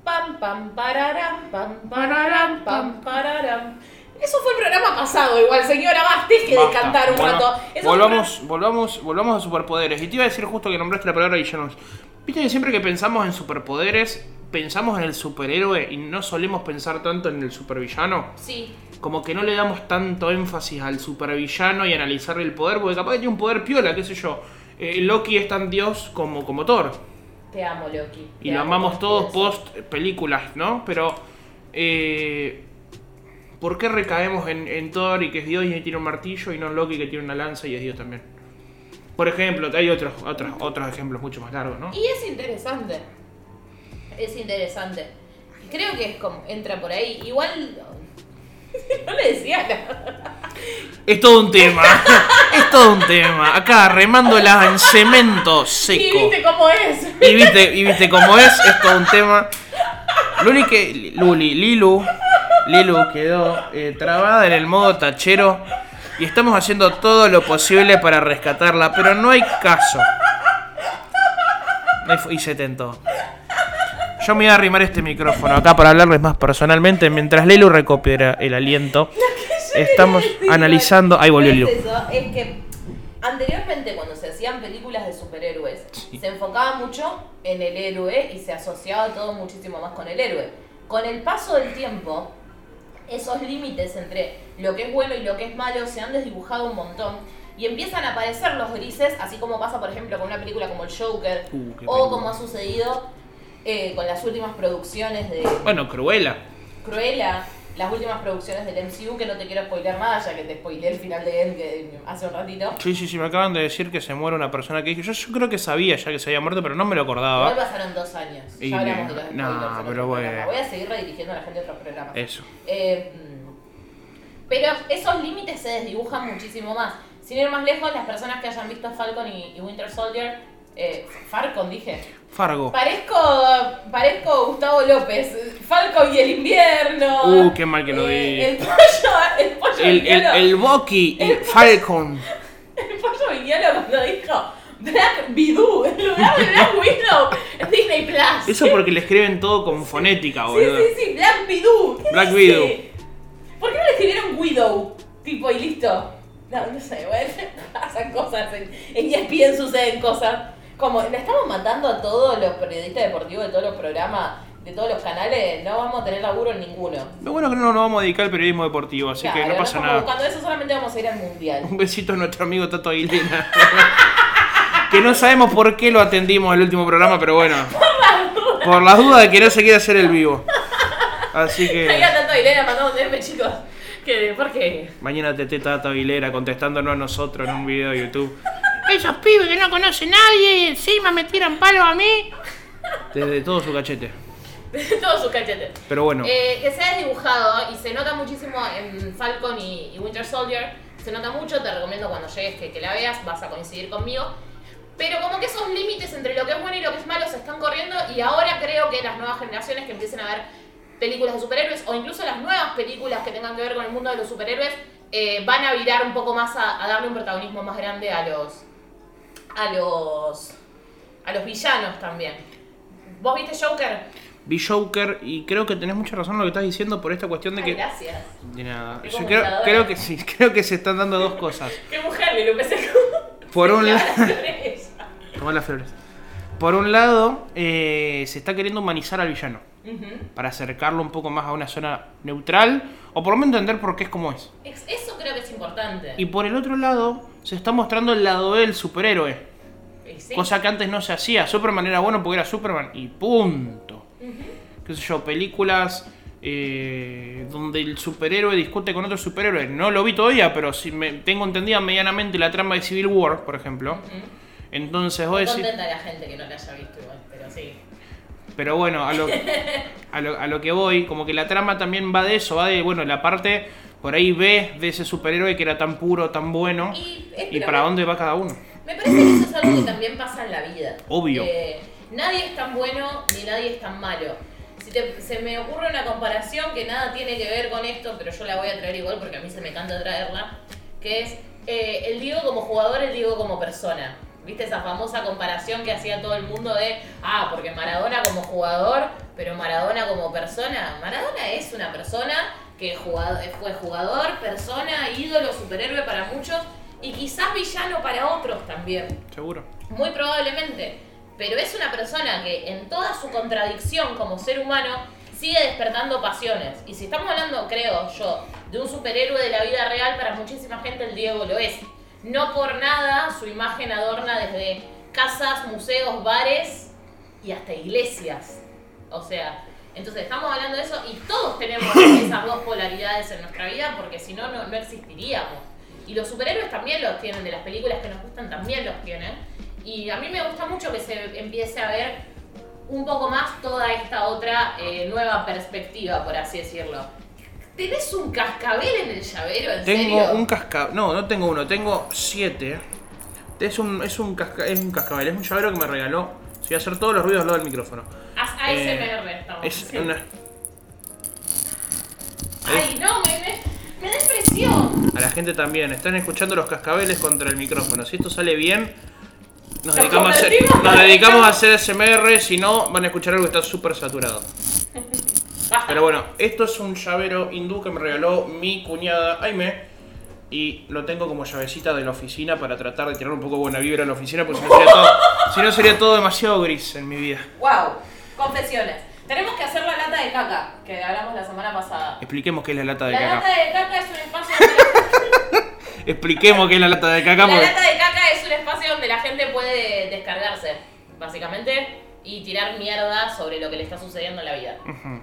Speaker 2: Pam, pam, pararam, pam, pararam, pam, pararam. Eso fue el programa pasado, igual, señora, basta es que de
Speaker 1: Basta.
Speaker 2: cantar un
Speaker 1: Bueno,
Speaker 2: rato. Eso
Speaker 1: volvamos, volvamos, volvamos a superpoderes. Y te iba a decir justo que nombraste la palabra villanos. Viste que siempre que pensamos en superpoderes, pensamos en el superhéroe y no solemos pensar tanto en el supervillano.
Speaker 2: fue- Sí,
Speaker 1: como que no le damos tanto énfasis al supervillano y analizar el poder, porque capaz que tiene un poder piola, qué sé yo. eh, Loki es tan dios como, como Thor.
Speaker 2: Te amo, Loki.
Speaker 1: Y
Speaker 2: Te
Speaker 1: lo
Speaker 2: amo,
Speaker 1: amamos todos
Speaker 2: confieso.
Speaker 1: post películas, ¿no? Pero, eh, ¿por qué recaemos en, en Thor y que es Dios y tiene un martillo y no en Loki que tiene una lanza y es Dios también? Por ejemplo, hay otros, otros, otros ejemplos mucho más largos, ¿no?
Speaker 2: Y es interesante. Es interesante. Creo que es como. Entra por ahí. Igual. No le decía nada.
Speaker 1: Es todo un tema, es todo un tema. Acá remándola en cemento
Speaker 2: Y
Speaker 1: seco.
Speaker 2: viste cómo es.
Speaker 1: Y viste, y viste cómo es, es todo un tema. Luli que. Luli, Lilu. Lilu quedó eh, trabada en el modo tachero. Y estamos haciendo todo lo posible para rescatarla, pero no hay caso. Ahí fu- Y se tentó. Yo me voy a arrimar este micrófono acá para hablarles más personalmente mientras Lilu recupera el aliento. Estamos analizando. Ahí volvió Lilu.
Speaker 2: No es eso, es que anteriormente cuando se hacían películas de superhéroes, se enfocaba mucho en el héroe y se asociaba todo muchísimo más con el héroe. Con el paso del tiempo, esos límites entre lo que es bueno y lo que es malo se han desdibujado un montón. Y empiezan a aparecer los grises, así como pasa, por ejemplo, con una película como El Joker,
Speaker 1: Uh, qué
Speaker 2: o
Speaker 1: película.
Speaker 2: como ha sucedido eh, con las últimas producciones de,
Speaker 1: Bueno, Cruella.
Speaker 2: Cruella, las últimas producciones del MCU, que no te quiero spoiler más, ya que te spoileé el final de Endgame hace un ratito.
Speaker 1: Sí, sí, sí, me acaban de decir que se muere una persona que dije. Yo, yo creo que sabía ya que se había muerto, pero no me lo
Speaker 2: Igual
Speaker 1: acordaba.
Speaker 2: pasaron dos años.
Speaker 1: Ah. Y
Speaker 2: Ya hablamos de los
Speaker 1: no,
Speaker 2: spoilers.
Speaker 1: pero
Speaker 2: en otro
Speaker 1: bueno.
Speaker 2: programa. Voy a seguir redirigiendo a la gente a otros programas.
Speaker 1: Eso.
Speaker 2: Eh, pero esos límites se desdibujan muchísimo más. Sin ir más lejos, las personas que hayan visto Falcon y, y Winter Soldier, eh, Falcon dije.
Speaker 1: Fargo.
Speaker 2: Parezco, parezco Gustavo López. Falcon y el invierno.
Speaker 1: Uh, qué mal que lo
Speaker 2: Eh,
Speaker 1: dije.
Speaker 2: El pollo, el pollo
Speaker 1: El, el,
Speaker 2: hielo.
Speaker 1: el Bucky y Falcon.
Speaker 2: El pollo viñolo cuando dijo Black Bidoo en lugar de Black Widow en Disney Plus.
Speaker 1: Eso porque le escriben todo con fonética,
Speaker 2: sí,
Speaker 1: boludo.
Speaker 2: sí, sí, Black Bidoo. ¿Qué
Speaker 1: Black
Speaker 2: dice?
Speaker 1: Widow.
Speaker 2: ¿Por qué no le escribieron Widow? Tipo, y listo. No, no sé, bueno, pasan cosas. En, en E ESPN suceden cosas. Como, le estamos matando a todos los periodistas deportivos de todos los programas, de todos los canales. No vamos a tener laburo en ninguno.
Speaker 1: Lo bueno es que no nos vamos a dedicar al periodismo deportivo, así que
Speaker 2: Claro,
Speaker 1: no pasa
Speaker 2: estamos
Speaker 1: nada.
Speaker 2: Buscando eso solamente vamos a ir al mundial.
Speaker 1: Un besito a nuestro amigo Tato Aguilera. que no sabemos por qué lo atendimos el último programa, pero bueno. Por la duda de que no se quiere hacer el vivo. Así que.
Speaker 2: Había tanto Aguilera mandando un E DM, chicos. Que, ¿Por qué?
Speaker 1: Mañana te te Tata Aguilera contestándonos a nosotros en un video de YouTube. Esos pibes que no conoce nadie y encima me tiran palo a mí. Desde todo su cachete.
Speaker 2: Todos sus cachetes.
Speaker 1: Pero bueno,
Speaker 2: Eh, que se ha dibujado y se nota muchísimo en Falcon y, y Winter Soldier. Se nota mucho, te recomiendo cuando llegues que, que la veas, vas a coincidir conmigo. Pero como que esos límites entre lo que es bueno y lo que es malo se están corriendo y ahora creo que las nuevas generaciones que empiecen a ver películas de superhéroes o incluso las nuevas películas que tengan que ver con el mundo de los superhéroes eh, van a virar un poco más a, a darle un protagonismo más grande a los a los a los villanos también. ¿Vos viste Joker?
Speaker 1: vi Joker y creo que tenés mucha razón en lo que estás diciendo por esta cuestión de
Speaker 2: Ay,
Speaker 1: que.
Speaker 2: gracias.
Speaker 1: De nada.
Speaker 2: Qué
Speaker 1: Yo creo,
Speaker 2: conmovedora.
Speaker 1: creo que sí, creo que se están dando dos cosas.
Speaker 2: Qué mujer, le empecé con.
Speaker 1: Por un lado.
Speaker 2: Ujú.
Speaker 1: Toma las flores. Por un lado, eh, se está queriendo humanizar al villano. Para acercarlo un poco más a una zona neutral. O por lo menos entender por qué es como es.
Speaker 2: Es- Eso creo que es importante.
Speaker 1: Y por el otro lado, se está mostrando el lado del superhéroe.
Speaker 2: Y sí.
Speaker 1: Cosa que antes no se hacía. Superman era bueno porque era Superman y punto. Qué sé yo, películas eh, donde el superhéroe discute con otro superhéroe. No lo vi todavía, pero si me tengo entendida medianamente la trama de Civil War, por ejemplo. Entonces vos
Speaker 2: Estoy
Speaker 1: decís.
Speaker 2: contenta de la gente que no la haya visto igual, pero sí.
Speaker 1: Pero bueno, a lo, a, lo, a lo que voy, como que la trama también va de eso, va de, bueno, la parte por ahí B de ese superhéroe que era tan puro, tan bueno.
Speaker 2: Y, es-
Speaker 1: ¿Y
Speaker 2: pero
Speaker 1: para
Speaker 2: me-
Speaker 1: dónde va cada uno?
Speaker 2: Me parece que eso es algo que también pasa en la vida.
Speaker 1: Obvio.
Speaker 2: Eh, nadie es tan bueno ni nadie es tan malo. Si te- se me ocurre una comparación que nada tiene que ver con esto, pero yo la voy a traer igual porque a mí se me encanta traerla, que es eh, el Diego como jugador, el Diego como persona. ¿Viste esa famosa comparación que hacía todo el mundo de, ah, porque Maradona como jugador, pero Maradona como persona? Maradona es una persona que jugado- fue jugador, persona, ídolo, superhéroe para muchos y quizás villano para otros también.
Speaker 1: Seguro.
Speaker 2: Muy probablemente. Pero es una persona que en toda su contradicción como ser humano sigue despertando pasiones. Y si estamos hablando, creo yo, de un superhéroe de la vida real, para muchísima gente el Diego lo es. No por nada su imagen adorna desde casas, museos, bares y hasta iglesias. O sea, entonces estamos hablando de eso y todos tenemos esas dos polaridades en nuestra vida porque si no, no, no existiríamos. Y los superhéroes también los tienen, de las películas que nos gustan también los tienen. Y a mí me gusta mucho que se empiece a ver un poco más toda esta otra eh, nueva perspectiva, por así decirlo. ¿Tenés un cascabel en el llavero? ¿En
Speaker 1: Tengo
Speaker 2: serio?
Speaker 1: un cascabel. No, no tengo uno, tengo siete. Es un, es, un casca- es un cascabel, es un llavero que me regaló. Si voy a hacer todos los ruidos al lado del micrófono.
Speaker 2: Haz ASMR, estamos.
Speaker 1: Eh, Es
Speaker 2: Sí.
Speaker 1: una-
Speaker 2: Ay, no, me, me, me da impresión.
Speaker 1: A la gente también, están escuchando los cascabeles contra el micrófono. Si esto sale bien, nos
Speaker 2: Nos
Speaker 1: dedicamos a hacer,
Speaker 2: convertimos
Speaker 1: nos
Speaker 2: en-
Speaker 1: dedicamos a hacer SMR, si no, van a escuchar algo que está súper saturado. Pero bueno, esto es un llavero hindú que me regaló mi cuñada Aime. Y lo tengo como llavecita de la oficina para tratar de tirar un poco de buena vibra a la oficina, porque si no sería todo, si no sería todo demasiado gris en mi vida.
Speaker 2: Wow, confesiones. Tenemos que hacer la lata de caca, que hablamos la semana pasada.
Speaker 1: Expliquemos qué es la lata de
Speaker 2: la
Speaker 1: caca.
Speaker 2: lata de caca es un espacio donde-
Speaker 1: Expliquemos qué es la lata de caca.
Speaker 2: La
Speaker 1: porque-
Speaker 2: lata de caca es un espacio donde la gente puede descargarse, básicamente, y tirar mierda sobre lo que le está sucediendo en la vida.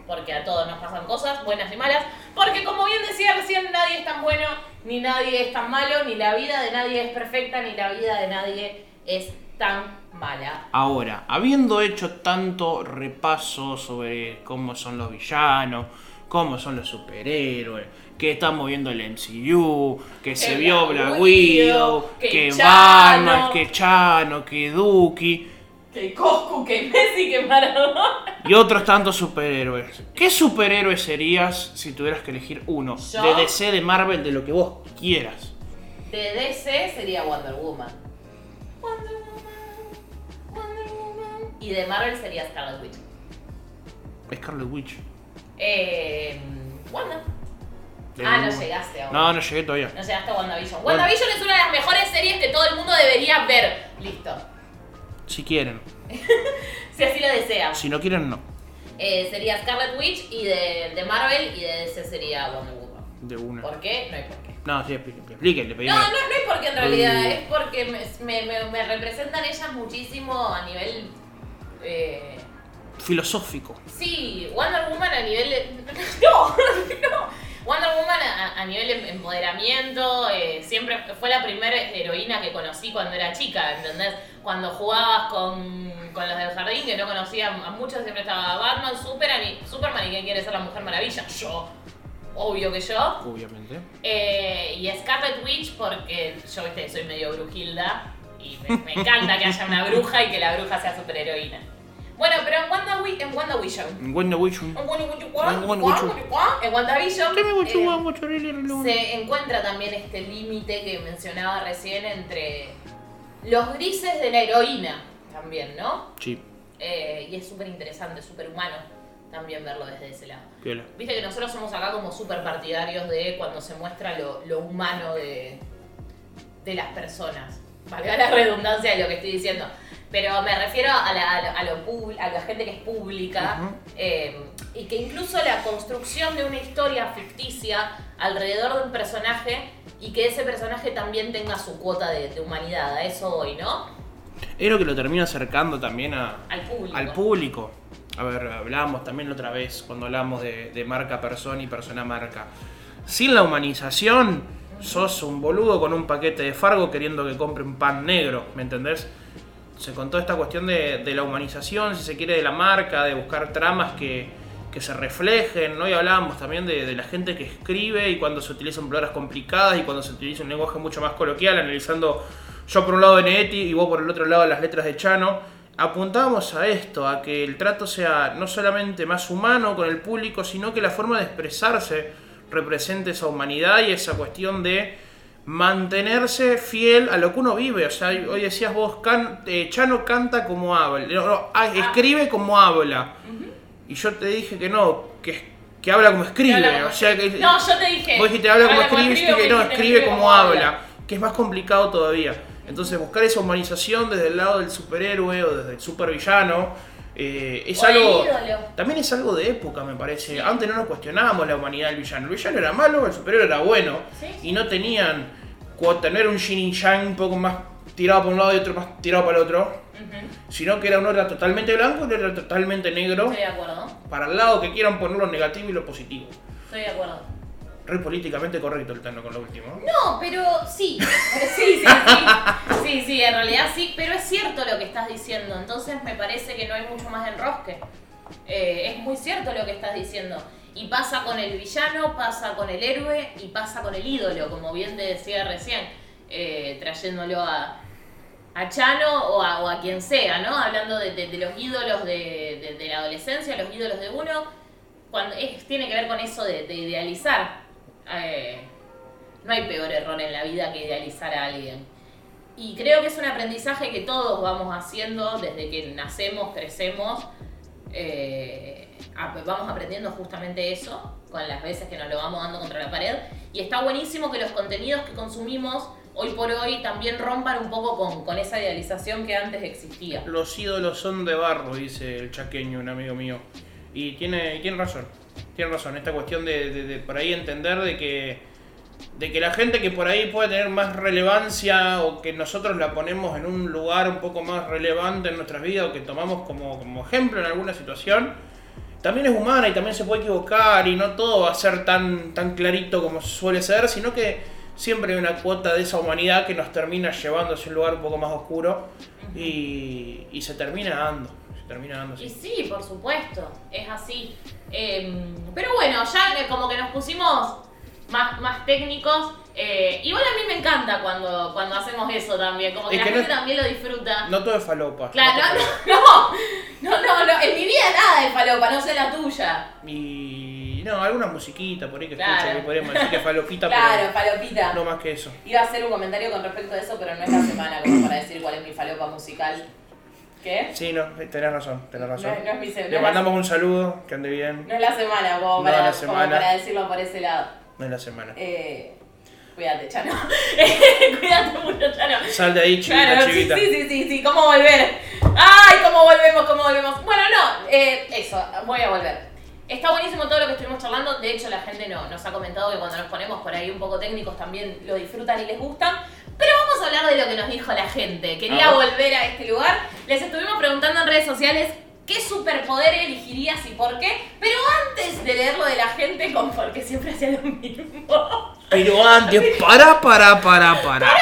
Speaker 2: Porque a todos nos pasan cosas, buenas y malas. Porque como bien decía recién, nadie es tan bueno, ni nadie es tan malo, ni la vida de nadie es perfecta, ni la vida de nadie es tan mala.
Speaker 1: Ahora, habiendo hecho tanto repaso sobre cómo son los villanos, cómo son los superhéroes, que estamos viendo el MCU, que se
Speaker 2: Black
Speaker 1: vio
Speaker 2: Widow,
Speaker 1: Black Widow,
Speaker 2: que
Speaker 1: que
Speaker 2: Chano.
Speaker 1: Batman, que Chano, que Duki
Speaker 2: Que Coscu, que Messi, que Maradona.
Speaker 1: y otros tantos superhéroes. ¿Qué superhéroe serías si tuvieras que elegir uno?
Speaker 2: ¿Yo?
Speaker 1: De DC, de Marvel, de lo que vos quieras.
Speaker 2: De DC sería Wonder Woman. Wonder Woman, Wonder Woman. Y de Marvel sería Scarlet Witch.
Speaker 1: Scarlet Witch.
Speaker 2: Eh, Wanda.
Speaker 1: De
Speaker 2: Ah, no
Speaker 1: Marvel.
Speaker 2: llegaste aún.
Speaker 1: No, no llegué todavía.
Speaker 2: No llegaste a WandaVision.
Speaker 1: Bueno.
Speaker 2: WandaVision es una de las mejores series que todo el mundo debería ver. Listo.
Speaker 1: Si quieren.
Speaker 2: Si así lo deseas.
Speaker 1: Si no quieren, no.
Speaker 2: Eh, sería Scarlet Witch y de, de Marvel y de DC sería Wonder Woman.
Speaker 1: De una.
Speaker 2: ¿Por qué? No hay por qué.
Speaker 1: No, sí, explí- explíquenle, pedime.
Speaker 2: No, no, no es porque en realidad,
Speaker 1: Mm.
Speaker 2: es porque me, me- me- me representan ellas muchísimo a nivel... eh,
Speaker 1: filosófico.
Speaker 2: Sí, Wonder Woman a nivel. No, no. Wonder Woman a, a nivel em- empoderamiento, eh, siempre fue la primera heroína que conocí cuando era chica, ¿entendés? Cuando jugabas con, con los del jardín, que no conocía a muchos, siempre estaba Batman, Superman y, Superman y quién quiere ser la Mujer Maravilla. Yo. Obvio que yo.
Speaker 1: Obviamente.
Speaker 2: Eh, y Scarlet Witch porque yo viste, soy medio brujilda y me, me encanta que haya una bruja y que la bruja sea superheroína. Bueno, pero en WandaVi- en WandaVision.
Speaker 1: Wonder Vision.
Speaker 2: en WandaVision,
Speaker 1: En WandaVision.
Speaker 2: en WandaVision eh,
Speaker 1: Sí.
Speaker 2: se encuentra también este límite que mencionaba recién entre los grises de la heroína también, ¿no? Eh, y es súper interesante, súper humano también verlo desde ese lado.
Speaker 1: piola.
Speaker 2: Viste que nosotros somos acá como súper partidarios de cuando se muestra lo, lo humano de, de las personas. Valga la redundancia de lo que estoy diciendo. Pero me refiero a la, a lo- a lo pub- a la gente que es pública
Speaker 1: Ujú.
Speaker 2: eh, y que incluso la construcción de una historia ficticia alrededor de un personaje y que ese personaje también tenga su cuota de, de humanidad. A eso hoy, ¿no?
Speaker 1: Es lo que lo termina acercando también a-
Speaker 2: Al público.
Speaker 1: al público. A ver, hablábamos también la otra vez cuando hablamos de, de marca persona y persona marca. Sin la humanización, sos un boludo con un paquete de Fargo queriendo que compre un pan negro, ¿me entendés? Se contó esta cuestión de, de la humanización, si se quiere, de la marca, de buscar tramas que, que se reflejen, ¿no? Y hablábamos también de, de la gente que escribe y cuando se utilizan palabras complicadas y cuando se utiliza un lenguaje mucho más coloquial, analizando yo por un lado Benedetti y vos por el otro lado las letras de Chano. Apuntábamos a esto, a que el trato sea no solamente más humano con el público, sino que la forma de expresarse represente esa humanidad y esa cuestión de mantenerse fiel a lo que uno vive. O sea, hoy decías vos, can- eh, Chano canta como habla, no, no, ah, escribe como habla. Y yo te dije que no, que, que habla como escribe.
Speaker 2: habla como
Speaker 1: o sea, que,
Speaker 2: No, yo te dije.
Speaker 1: Vos dijiste habla como escribe, yo te dije,
Speaker 2: vos
Speaker 1: no,
Speaker 2: dijiste,
Speaker 1: escribe como habla, que es más complicado todavía. Entonces buscar esa humanización desde el lado del superhéroe o desde el supervillano eh, es
Speaker 2: O del
Speaker 1: algo...
Speaker 2: ídolo.
Speaker 1: También es algo de época, me parece. Antes no nos cuestionábamos la humanidad del villano. El villano era malo, el superhéroe era bueno.
Speaker 2: Sí, sí.
Speaker 1: Y no tenían cuota, no era un yin y yang un poco más tirado para un lado y otro más tirado para el otro,
Speaker 2: Ujú.
Speaker 1: sino que era uno era totalmente blanco y otro era totalmente negro,
Speaker 2: Estoy de acuerdo.
Speaker 1: para el lado que quieran poner lo negativo y lo positivo.
Speaker 2: Estoy de acuerdo.
Speaker 1: Re políticamente correcto el Tano con lo último.
Speaker 2: No, pero sí. Sí, sí, sí. Sí, sí, en realidad sí, pero es cierto lo que estás diciendo. Entonces me parece que no hay mucho más enrosque. Eh, es muy cierto lo que estás diciendo. Y pasa con el villano, pasa con el héroe y pasa con el ídolo, como bien te decía recién, eh, trayéndolo a, a Chano o a, o a quien sea, ¿no? Hablando de, de- de los ídolos de, de- de la adolescencia, los ídolos de uno, cuando es- tiene que ver con eso de, de idealizar. Eh, no hay peor error en la vida que idealizar a alguien. Y creo que es un aprendizaje que todos vamos haciendo desde que nacemos, crecemos. eh, ap- vamos aprendiendo justamente eso con las veces que nos lo vamos dando contra la pared. Y está buenísimo que los contenidos que consumimos hoy por hoy también rompan un poco con, con esa idealización que antes existía.
Speaker 1: Los ídolos son de barro, dice el chaqueño, un amigo mío. Y tiene, y tiene razón. Tiene razón. Esta cuestión de, de- de por ahí entender de que, de que la gente que por ahí puede tener más relevancia o que nosotros la ponemos en un lugar un poco más relevante en nuestras vidas o que tomamos como, como ejemplo en alguna situación, también es humana y también se puede equivocar y no todo va a ser tan, tan clarito como suele ser, sino que siempre hay una cuota de esa humanidad que nos termina llevando hacia un lugar un poco más oscuro y, y se termina dando. Se termina dando
Speaker 2: Y
Speaker 1: sí.
Speaker 2: sí, por supuesto, es así. Eh, pero bueno, ya eh, como que nos pusimos más, más técnicos. Eh, igual a mí me encanta cuando, cuando hacemos eso también, como que
Speaker 1: Es
Speaker 2: la
Speaker 1: que no
Speaker 2: gente
Speaker 1: es-
Speaker 2: también lo disfruta.
Speaker 1: No todo es falopa.
Speaker 2: claro,
Speaker 1: no todo es
Speaker 2: no, no, no, no, no, en mi vida nada de falopa, no sé la tuya.
Speaker 1: falopa. Y no, alguna musiquita por ahí que
Speaker 2: Claro.
Speaker 1: escucho que podríamos decir que es falopita,
Speaker 2: Claro, falopita.
Speaker 1: pero no más que eso.
Speaker 2: Iba a hacer un comentario con respecto a eso, pero no es la semana como para decir cuál es mi falopa musical. ¿Qué?
Speaker 1: Sí, no, tenés razón, tenés
Speaker 2: No,
Speaker 1: razón.
Speaker 2: no es mi se- no
Speaker 1: Le
Speaker 2: es la-
Speaker 1: mandamos un saludo, que ande bien.
Speaker 2: no es la semana, como
Speaker 1: No
Speaker 2: para,
Speaker 1: es la
Speaker 2: como
Speaker 1: semana.
Speaker 2: para decirlo por ese lado.
Speaker 1: No es la semana.
Speaker 2: Eh, cuídate, Chano. cuídate mucho, Chano.
Speaker 1: Sal de ahí, chivita,
Speaker 2: Claro, sí,
Speaker 1: chivita.
Speaker 2: sí, sí, sí, sí, cómo volver. Ay, cómo volvemos, cómo volvemos. Bueno, no, eh, eso, voy a volver. Está buenísimo todo lo que estuvimos charlando. De hecho, la gente no, nos ha comentado que cuando nos ponemos por ahí un poco técnicos también lo disfrutan y les gustan. Pero vamos a hablar de lo que nos dijo la gente. Quería
Speaker 1: A ver.
Speaker 2: volver a este lugar. Les estuvimos preguntando en redes sociales qué superpoder elegirías y por qué. Pero antes de leer lo de la gente, con porque siempre hacía lo mismo.
Speaker 1: Pero antes, para, para, para, para.
Speaker 2: Para,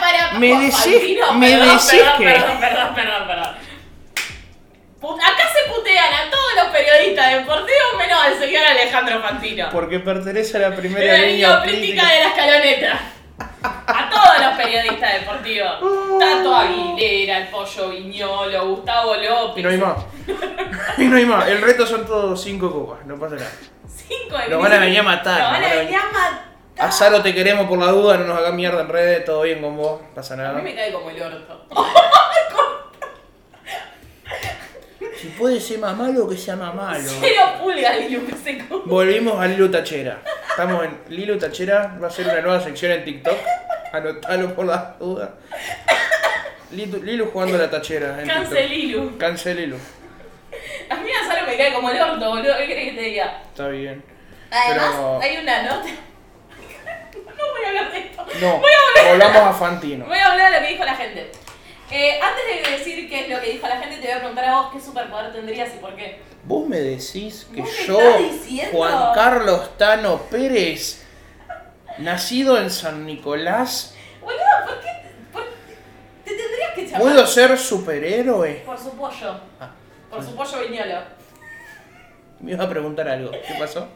Speaker 2: para,
Speaker 1: Me
Speaker 2: Juan
Speaker 1: decís-
Speaker 2: Fantino,
Speaker 1: me
Speaker 2: perdón,
Speaker 1: decís
Speaker 2: perdón,
Speaker 1: que-
Speaker 2: Perdón, perdón, perdón, perdón. Pu- Acá se putean a todos los periodistas deportivos menos al señor Alejandro Fantino.
Speaker 1: Porque pertenece a la primera
Speaker 2: Era la
Speaker 1: línea
Speaker 2: línea política
Speaker 1: política.
Speaker 2: de la escaloneta. A todos los periodistas deportivos.
Speaker 1: Uh.
Speaker 2: Tato Aguilera, el Pollo Viñolo, Gustavo
Speaker 1: Y
Speaker 2: López.
Speaker 1: no hay más. Y no hay más. El reto son todos cinco copas, no pasa nada.
Speaker 2: Cinco de
Speaker 1: Nos van a venir a
Speaker 2: Nos
Speaker 1: matar, nos
Speaker 2: van a
Speaker 1: van a
Speaker 2: venir a matar.
Speaker 1: A Saro te queremos por la duda, no nos hagas mierda en redes, todo bien con vos, pasa
Speaker 2: A mí
Speaker 1: nada.
Speaker 2: me cae como el orto.
Speaker 1: Si puede ser más malo, que sea más malo.
Speaker 2: Cero pulgas, Lilu, que se come.
Speaker 1: Volvimos a Lilo Tachera. Estamos en Lilo Tachera, va a ser una nueva sección en TikTok. Anotalo por la duda. Lilo, Lilo jugando a la tachera en TikTok.
Speaker 2: Cancelilu.
Speaker 1: Cancelilo.
Speaker 2: A mí a Sara me cae como el orto, boludo. ¿Qué crees que te diga?
Speaker 1: Está bien.
Speaker 2: Además,
Speaker 1: Pero-
Speaker 2: hay una nota. no voy a hablar de esto.
Speaker 1: No,
Speaker 2: Voy a volver.
Speaker 1: volvamos a Fantino.
Speaker 2: Voy a hablar de lo que dijo la gente. Eh, antes de decir qué es lo que dijo la gente, te voy a preguntar a vos qué superpoder tendrías y por qué.
Speaker 1: Vos me decís que
Speaker 2: ¿Vos me
Speaker 1: yo,
Speaker 2: estás diciendo?
Speaker 1: Juan Carlos Tano Pérez, nacido en San Nicolás,
Speaker 2: Boludo, ¿por qué? por- te tendrías que llamar
Speaker 1: ¿puedo ser superhéroe?
Speaker 2: por su pollo.
Speaker 1: Ah,
Speaker 2: Por su pollo viñolo.
Speaker 1: me iba a preguntar algo. ¿Qué pasó?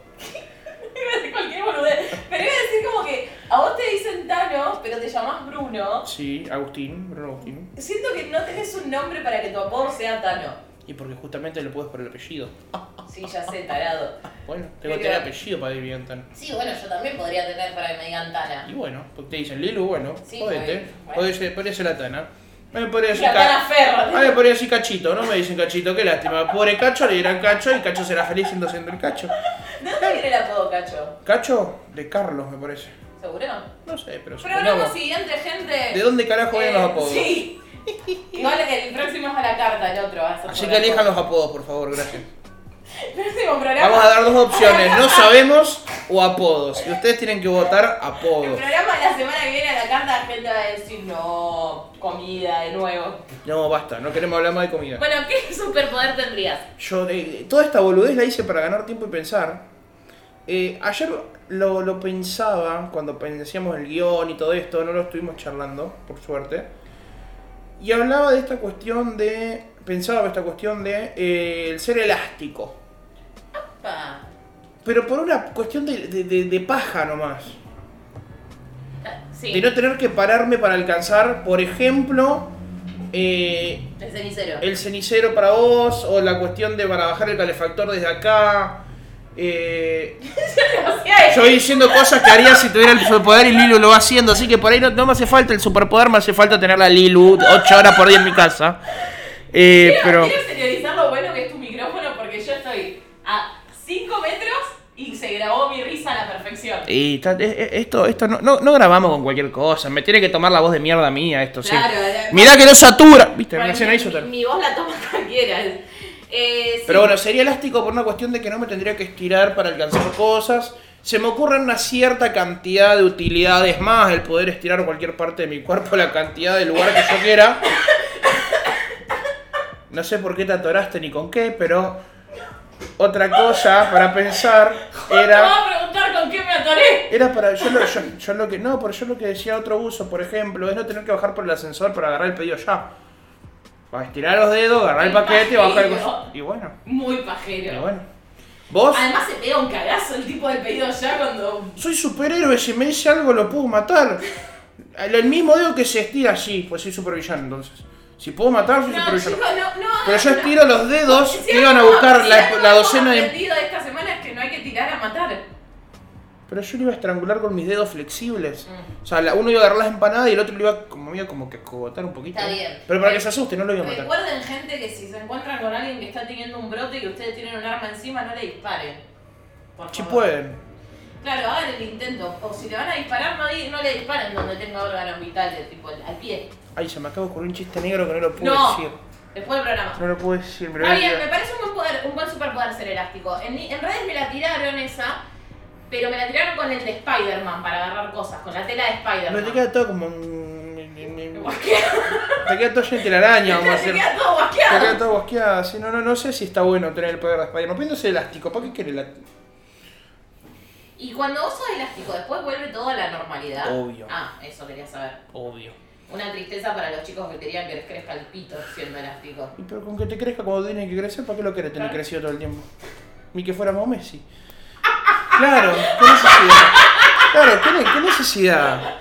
Speaker 2: Iba a decir cualquier boludez. Pero iba a decir como que a vos te dicen Tano, pero te llamás Bruno.
Speaker 1: Sí, Agustín, Bruno Agustín.
Speaker 2: Siento que no tenés un nombre para que tu apodo sea Tano.
Speaker 1: Y porque justamente lo puedes por el apellido.
Speaker 2: Sí, ya sé, tarado.
Speaker 1: Bueno, tengo que
Speaker 2: Pero-
Speaker 1: tener apellido para ir bien tan.
Speaker 2: Sí, bueno, yo también podría tener para que me digan Tana.
Speaker 1: Y bueno, porque te dicen Lilu, bueno,
Speaker 2: Sí,
Speaker 1: jodete.
Speaker 2: bueno.
Speaker 1: Jodete, parece la tana. Me parece
Speaker 2: La Tana Ferro.
Speaker 1: Ah, me ponía así cachito, no me dicen cachito, qué lástima. Pobre cacho, le dirán cacho y cacho será feliz siendo siendo el cacho.
Speaker 2: ¿De dónde viene el apodo, Cacho?
Speaker 1: Cacho de Carlos, me parece.
Speaker 2: ¿Seguro?
Speaker 1: No sé, pero
Speaker 2: Programa
Speaker 1: supongamos.
Speaker 2: siguiente, gente.
Speaker 1: ¿De dónde
Speaker 3: eh,
Speaker 1: carajo vienen los apodos?
Speaker 2: Eh, Sí. Igual el próximo es a la carta, el otro. va a ser
Speaker 1: Así
Speaker 2: por
Speaker 1: que
Speaker 2: el
Speaker 1: elijan
Speaker 2: apodo.
Speaker 1: los apodos, por favor, gracias.
Speaker 2: Próximo programa.
Speaker 1: Vamos a dar dos opciones. No sabemos o apodos. Y ustedes tienen que votar
Speaker 3: El
Speaker 1: apodos.
Speaker 3: programa de la semana que viene a la carta la gente va a decir no, comida de nuevo.
Speaker 1: No, basta, no queremos hablar más de comida.
Speaker 2: Bueno, ¿qué superpoder tendrías?
Speaker 1: Yo eh, toda esta boludez la hice para ganar tiempo y pensar. Eh, ayer lo, lo pensaba cuando pen- hacíamos el guión y todo esto, no lo estuvimos charlando, por suerte. Y hablaba de esta cuestión de. Pensaba esta cuestión de eh, el ser elástico.
Speaker 3: Pa.
Speaker 1: Pero por una cuestión de, de- de- de paja nomás.
Speaker 2: Ah,
Speaker 1: De
Speaker 2: Sí,
Speaker 1: no tener que pararme para alcanzar, por ejemplo, eh,
Speaker 2: el cenicero.
Speaker 1: el cenicero para vos, o la cuestión de para bajar el calefactor desde acá. Eh, yo voy diciendo cosas que haría si tuviera el superpoder y Lilu lo va haciendo, así que por ahí no, no me hace falta el superpoder, me hace falta tener la Lilu 8 horas por día en mi casa. Eh, pero
Speaker 3: Quiero señalizar lo bueno que es tu micrófono porque yo estoy a 5 metros y se grabó mi risa a la perfección.
Speaker 1: y ta- e- e- esto, esto no, no, no grabamos con cualquier cosa, me tiene que tomar la voz de mierda mía esto,
Speaker 3: Claro,
Speaker 1: sí.
Speaker 3: la-
Speaker 1: Mirá que no satura. Viste,
Speaker 3: Para
Speaker 1: recién
Speaker 3: mí,
Speaker 1: ahí yo
Speaker 3: mi,
Speaker 1: tal.
Speaker 3: mi voz la toma cualquiera. Eh, sí.
Speaker 1: Pero bueno, sería elástico por una cuestión de que no me tendría que estirar para alcanzar cosas. Se me ocurren una cierta cantidad de utilidades más el poder estirar cualquier parte de mi cuerpo, la cantidad de lugar que yo quiera. No sé por qué te atoraste ni con qué, pero otra cosa para pensar
Speaker 3: Te
Speaker 1: era...
Speaker 3: vas a preguntar con qué me atoré.
Speaker 1: Era para. Yo lo, yo, yo lo que. No, pero yo lo que decía otro uso, por ejemplo, es no tener que bajar por el ascensor para agarrar el pedido ya. Para estirar los dedos, agarrar el
Speaker 3: El
Speaker 1: paquete, bajar el
Speaker 3: pajero.
Speaker 1: coso- Y bueno,
Speaker 3: Muy
Speaker 1: y
Speaker 3: pajero.
Speaker 1: bueno. Vos,
Speaker 3: Además se pega un cagazo el tipo del pedido ya cuando.
Speaker 1: soy superhéroe, si me dice algo lo puedo matar. El, el mismo dedo que se estira, sí, pues soy supervillano entonces. Si puedo matar, soy
Speaker 3: No,
Speaker 1: supervillano.
Speaker 3: chicos, no, no.
Speaker 1: Pero yo
Speaker 3: no.
Speaker 1: estiro los dedos
Speaker 3: Si
Speaker 1: que iban a
Speaker 3: algo-
Speaker 1: buscar
Speaker 3: si
Speaker 1: la,
Speaker 3: algo
Speaker 1: la
Speaker 3: hemos
Speaker 1: docena de. em-
Speaker 3: aprendido esta semana es que no hay que tirar a matar.
Speaker 1: Pero yo lo iba a estrangular con mis dedos flexibles.
Speaker 3: Mm.
Speaker 1: O sea, la- uno iba a agarrar las empanadas y el otro lo iba como, me iba como que a cogotar un poquito.
Speaker 2: Está
Speaker 1: ¿eh?
Speaker 2: bien.
Speaker 1: Pero para que se asuste, no lo iba a matar.
Speaker 3: Recuerden, gente, que si se encuentran con alguien que está teniendo un brote y ustedes tienen un arma encima, no le disparen. Por
Speaker 1: Si
Speaker 3: favor.
Speaker 1: pueden.
Speaker 3: Claro, hagan el intento. O si le van a disparar, no, di- no le disparen donde tenga órganos vitales, tipo al al pie.
Speaker 1: Ay, se me acaba de ocurrir un chiste negro que no lo pude
Speaker 3: No.
Speaker 1: decir.
Speaker 3: Después del programa.
Speaker 1: No lo pude decir, me lo
Speaker 3: Está
Speaker 1: voy a
Speaker 3: bien, me
Speaker 1: olvidar.
Speaker 3: parece un buen poder, un buen superpoder ser elástico. En, mi- en redes me la tiraron esa, pero me la tiraron con el de Spider-Man para agarrar cosas, con la tela de
Speaker 1: Pero te
Speaker 3: Spider-Man.
Speaker 1: queda todo como. en- en- en- en-
Speaker 3: Guasqueado,
Speaker 1: Te queda todo lleno de telaraña, vamos a
Speaker 3: te
Speaker 1: decir.
Speaker 3: queda todo
Speaker 1: Te
Speaker 3: guasqueado.
Speaker 1: queda todo bosqueada. así. no, no, no sé si está bueno tener el poder de Spider-Man. Pero es elástico, ¿para qué quiere elástico?
Speaker 3: Y cuando vos sos elástico, después vuelve todo a la normalidad.
Speaker 1: Obvio.
Speaker 3: Ah, eso quería saber.
Speaker 1: Obvio.
Speaker 3: Una tristeza para los chicos que querían que les crezca el pito siendo elástico.
Speaker 1: Y pero con que te crezca cuando tiene que crecer, ¿para qué lo querés tener
Speaker 3: Claro.
Speaker 1: crecido todo el tiempo? Ni que fuéramos Messi. Claro, qué necesidad. Claro, qué, ne- qué necesidad.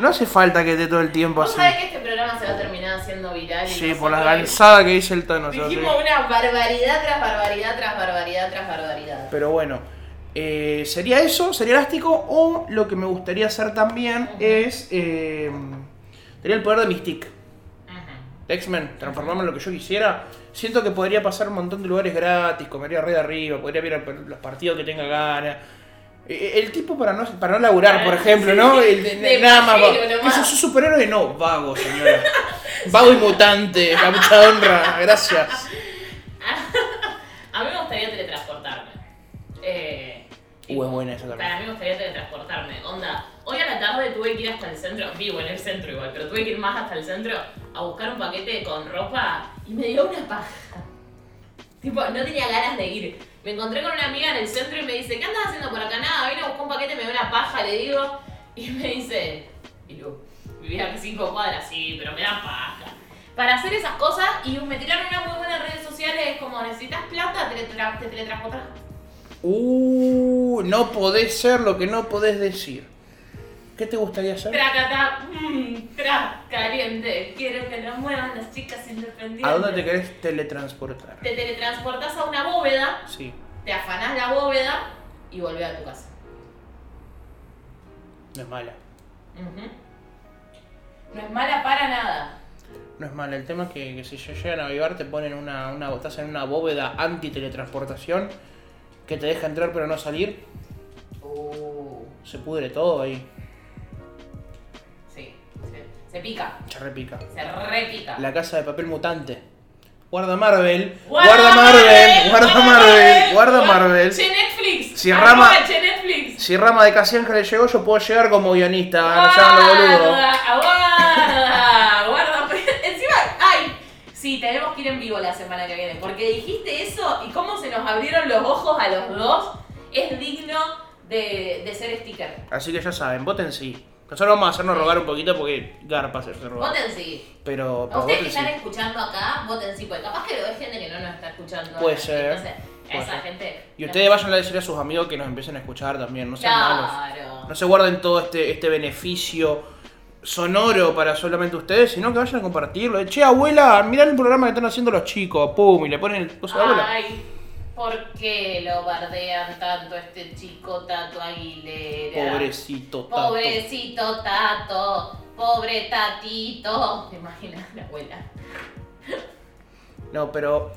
Speaker 1: No hace falta que esté todo el tiempo
Speaker 2: ¿Vos
Speaker 1: así.
Speaker 2: sabés que este programa se va a terminar haciendo viral? y
Speaker 1: Sí,
Speaker 2: no sé
Speaker 1: por la
Speaker 2: qué?
Speaker 1: ganzada que dice el Thanos.
Speaker 2: Dijimos una barbaridad tras barbaridad tras barbaridad tras barbaridad.
Speaker 1: Pero bueno, eh, sería eso, sería elástico. O lo que me gustaría hacer también es. eh, sería el poder de Mystique.
Speaker 3: Ajá.
Speaker 1: de X-Men, transformarme en lo que yo quisiera, siento que podría pasar un montón de lugares gratis, comería red arriba, podría ver el- los partidos que tenga ganas. Eh, El tipo para no, para no laburar, por ejemplo, ¿no? El de-
Speaker 3: De
Speaker 1: nada más.
Speaker 3: pajero
Speaker 1: va-
Speaker 3: nomás.
Speaker 1: Eso es un superhéroe, no, vago, señora. Vago y mutante, a mucha honra, gracias.
Speaker 2: A mí me gustaría teletransportarme. Eh,
Speaker 1: Uh, es buena esa
Speaker 2: Para
Speaker 1: también.
Speaker 2: mí me gustaría teletransportarme. Onda, hoy a la tarde tuve que ir hasta el centro, vivo en el centro igual, pero tuve que ir más hasta el centro a buscar un paquete con ropa y me dio una paja. Tipo, no tenía ganas de ir. Me encontré con una amiga en el centro y me dice, ¿qué andas haciendo por acá? Nada, vine a buscar un paquete, me dio una paja, le digo. Y me dice, y yo, vivía a cinco cuadras, sí, pero me da paja. Para hacer esas cosas y me tiraron una muy buena en redes sociales, como necesitas plata, teletra- te teletransportas.
Speaker 1: Uh, no podés ser lo que no podés decir. ¿Qué te gustaría ser?
Speaker 2: Tracata, mmm, tra, caliente. Quiero que nos muevan las chicas independientes.
Speaker 1: ¿A dónde te querés teletransportar?
Speaker 2: Te teletransportas a una bóveda,
Speaker 1: Sí,
Speaker 2: te afanás la bóveda y volvés a tu casa.
Speaker 1: no es mala.
Speaker 2: Ujú.
Speaker 3: No es mala para nada.
Speaker 1: No es malo, el tema es que, que si ya llegan a avivar te ponen una, una, estás en una bóveda anti-teletransportación que te deja entrar pero no salir,
Speaker 3: Uh,
Speaker 1: se pudre todo ahí,
Speaker 3: sí, sí. Se pica,
Speaker 1: se repica.
Speaker 3: se repica.
Speaker 1: La casa de papel mutante. Guarda Marvel,
Speaker 2: Guarda Marvel,
Speaker 1: guarda Marvel, guarda Marvel.
Speaker 2: Che Netflix.
Speaker 1: Si Rama,
Speaker 2: arroba Che
Speaker 1: Si Rama de Casi Ángeles llegó, yo puedo llegar como guionista. No sean los boludos.
Speaker 2: Aguarda, aguarda. Encima, ay, sí, tenemos que ir en vivo la semana que viene. Porque dijiste eso y cómo se nos abrieron los ojos a los dos es digno de, de ser sticker.
Speaker 1: Así que ya saben, voten sí. Nosotros vamos a hacernos rogar un poquito porque garpas se robar.
Speaker 2: Voten sí.
Speaker 1: Pero,
Speaker 2: A
Speaker 1: pero
Speaker 2: ustedes que
Speaker 1: Ah, voten sí.
Speaker 2: están escuchando acá, voten sí, porque capaz que es gente que no nos está escuchando.
Speaker 1: Puede ser,
Speaker 2: Entonces, a
Speaker 1: puede
Speaker 2: esa
Speaker 1: ser.
Speaker 2: gente.
Speaker 1: Y ustedes vayan a decir a sus amigos que nos empiecen a escuchar también, no sean malos.
Speaker 2: Claro.
Speaker 1: No se guarden todo este, este beneficio sonoro para solamente ustedes, sino que vayan a compartirlo. Eh, Che, abuela, mirá el programa que están haciendo los chicos, pum, y le ponen el coso de abuela.
Speaker 2: Ay, ¿por qué lo bardean tanto este chico Tato Aguilera?
Speaker 1: Pobrecito, tato.
Speaker 2: Pobrecito Tato, pobre Tatito. ¿Te imaginas la abuela?
Speaker 1: No, pero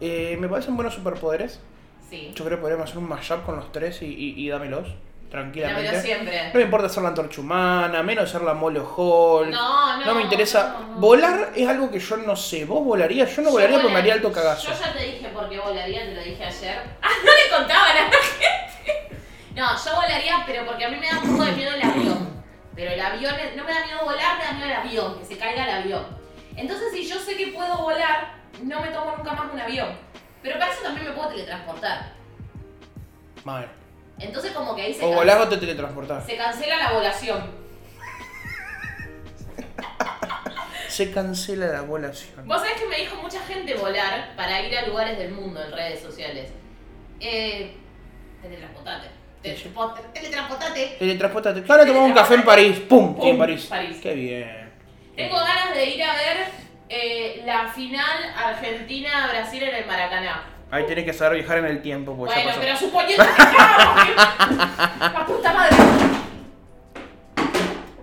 Speaker 1: eh, me parecen buenos superpoderes.
Speaker 2: Sí.
Speaker 1: Yo creo que podríamos hacer un mashup con los tres y, y- y dámelos, tranquilamente.
Speaker 2: Dámelo siempre.
Speaker 1: No me importa ser la antorcha humana, menos ser la mole hall.
Speaker 2: No, no,
Speaker 1: me interesa.
Speaker 2: no, no.
Speaker 1: Volar es algo que yo no sé. ¿Vos volarías? Yo no volaría
Speaker 2: Yo
Speaker 1: porque me haría
Speaker 2: volar-
Speaker 1: alto cagazo.
Speaker 2: Yo ya te dije por qué volaría, te lo dije ayer. Ah, no le contaba a la gente. No, yo volaría, pero porque a mí me da un poco de miedo el avión. Pero el avión, es- no me da miedo volar, me da miedo el avión, que se caiga el avión. Entonces, si yo sé que puedo volar, no me tomo nunca más un avión. Pero para eso también me puedo teletransportar.
Speaker 1: Mal.
Speaker 2: Entonces, como que ahí se,
Speaker 1: O
Speaker 2: can-
Speaker 1: volás o te teletransportás.
Speaker 2: se cancela la volación.
Speaker 1: Se cancela la volación.
Speaker 2: Vos sabés que me dijo mucha gente volar para ir a lugares del mundo en redes sociales. Eh, teletransportate. Teletransportate. Teletransportate.
Speaker 1: Teletransportate. Claro, tomamos un café en París. ¡Pum!
Speaker 2: Pum,
Speaker 1: Y en París.
Speaker 2: París.
Speaker 1: Qué bien.
Speaker 2: Tengo
Speaker 1: Eh.
Speaker 2: ganas de ir a ver eh, la final Argentina-Brasil en el Maracaná.
Speaker 1: Ahí tenés que saber viajar en el tiempo, porque ya
Speaker 2: bueno,
Speaker 1: pasó.
Speaker 2: pero suponiendo que estábamos, La puta madre.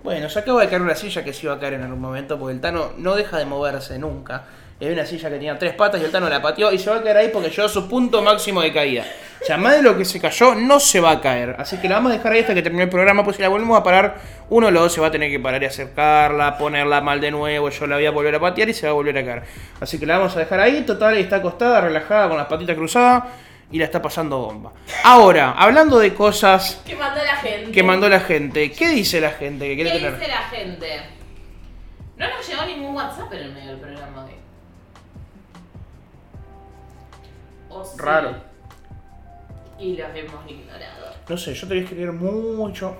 Speaker 1: Bueno, se acaba de caer una silla que se iba a caer en algún momento, porque el Tano no deja de moverse nunca. Y había una silla que tenía tres patas y el Tano la pateó y se va a caer ahí porque llegó a su punto máximo de caída. O sea, más de lo que se cayó, no se va a caer. Así que la vamos a dejar ahí hasta que termine el programa, pues si la volvemos a parar, uno de los dos se va a tener que parar y acercarla, ponerla mal de nuevo, yo la voy a volver a patear y se va a volver a caer. Así que la vamos a dejar ahí, total, está acostada, relajada, con las patitas cruzadas y la está pasando bomba. Ahora, hablando de cosas
Speaker 2: Que mandó la gente.
Speaker 1: que mandó la gente, ¿qué dice la gente? que
Speaker 2: ¿Qué
Speaker 1: quiere tener?
Speaker 2: dice la gente? No nos llegó ningún WhatsApp en el medio del programa hoy. O sí.
Speaker 1: Raro.
Speaker 2: Y los hemos ignorado.
Speaker 1: No sé, yo te voy a escribir mucho.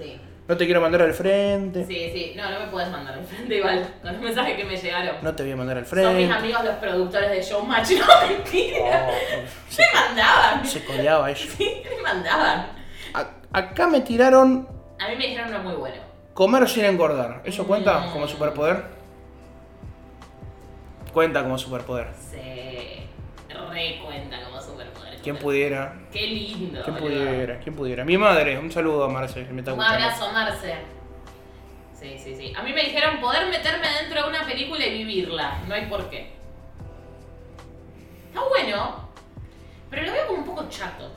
Speaker 2: Sí.
Speaker 1: No te quiero mandar al frente.
Speaker 2: Sí, sí. No, no me puedes mandar al frente igual. Con los mensajes que me llegaron.
Speaker 1: No te voy a mandar al
Speaker 2: Son mis
Speaker 1: frente.
Speaker 2: amigos los productores de Showmatch, no mentira.
Speaker 1: Oh,
Speaker 2: Me mandaban.
Speaker 1: se codeaba ella.
Speaker 2: Sí, me mandaban.
Speaker 1: A- acá me tiraron
Speaker 2: A mí me dijeron uno muy bueno.
Speaker 1: comer sin engordar. ¿Eso cuenta
Speaker 2: Mm.
Speaker 1: como superpoder? Cuenta como superpoder.
Speaker 2: Se recuenta como superpoder.
Speaker 1: ¿Quién pudiera?
Speaker 2: Qué lindo.
Speaker 1: ¿Quién
Speaker 2: boludo.
Speaker 1: pudiera? ¿Quién pudiera? Mi madre, un saludo a Marce, que me está
Speaker 2: Un
Speaker 1: escuchando.
Speaker 2: abrazo, Marce. Sí, sí, sí. A mí me dijeron poder meterme dentro de una película y vivirla. No hay por qué. Está bueno, pero lo veo como un poco chato.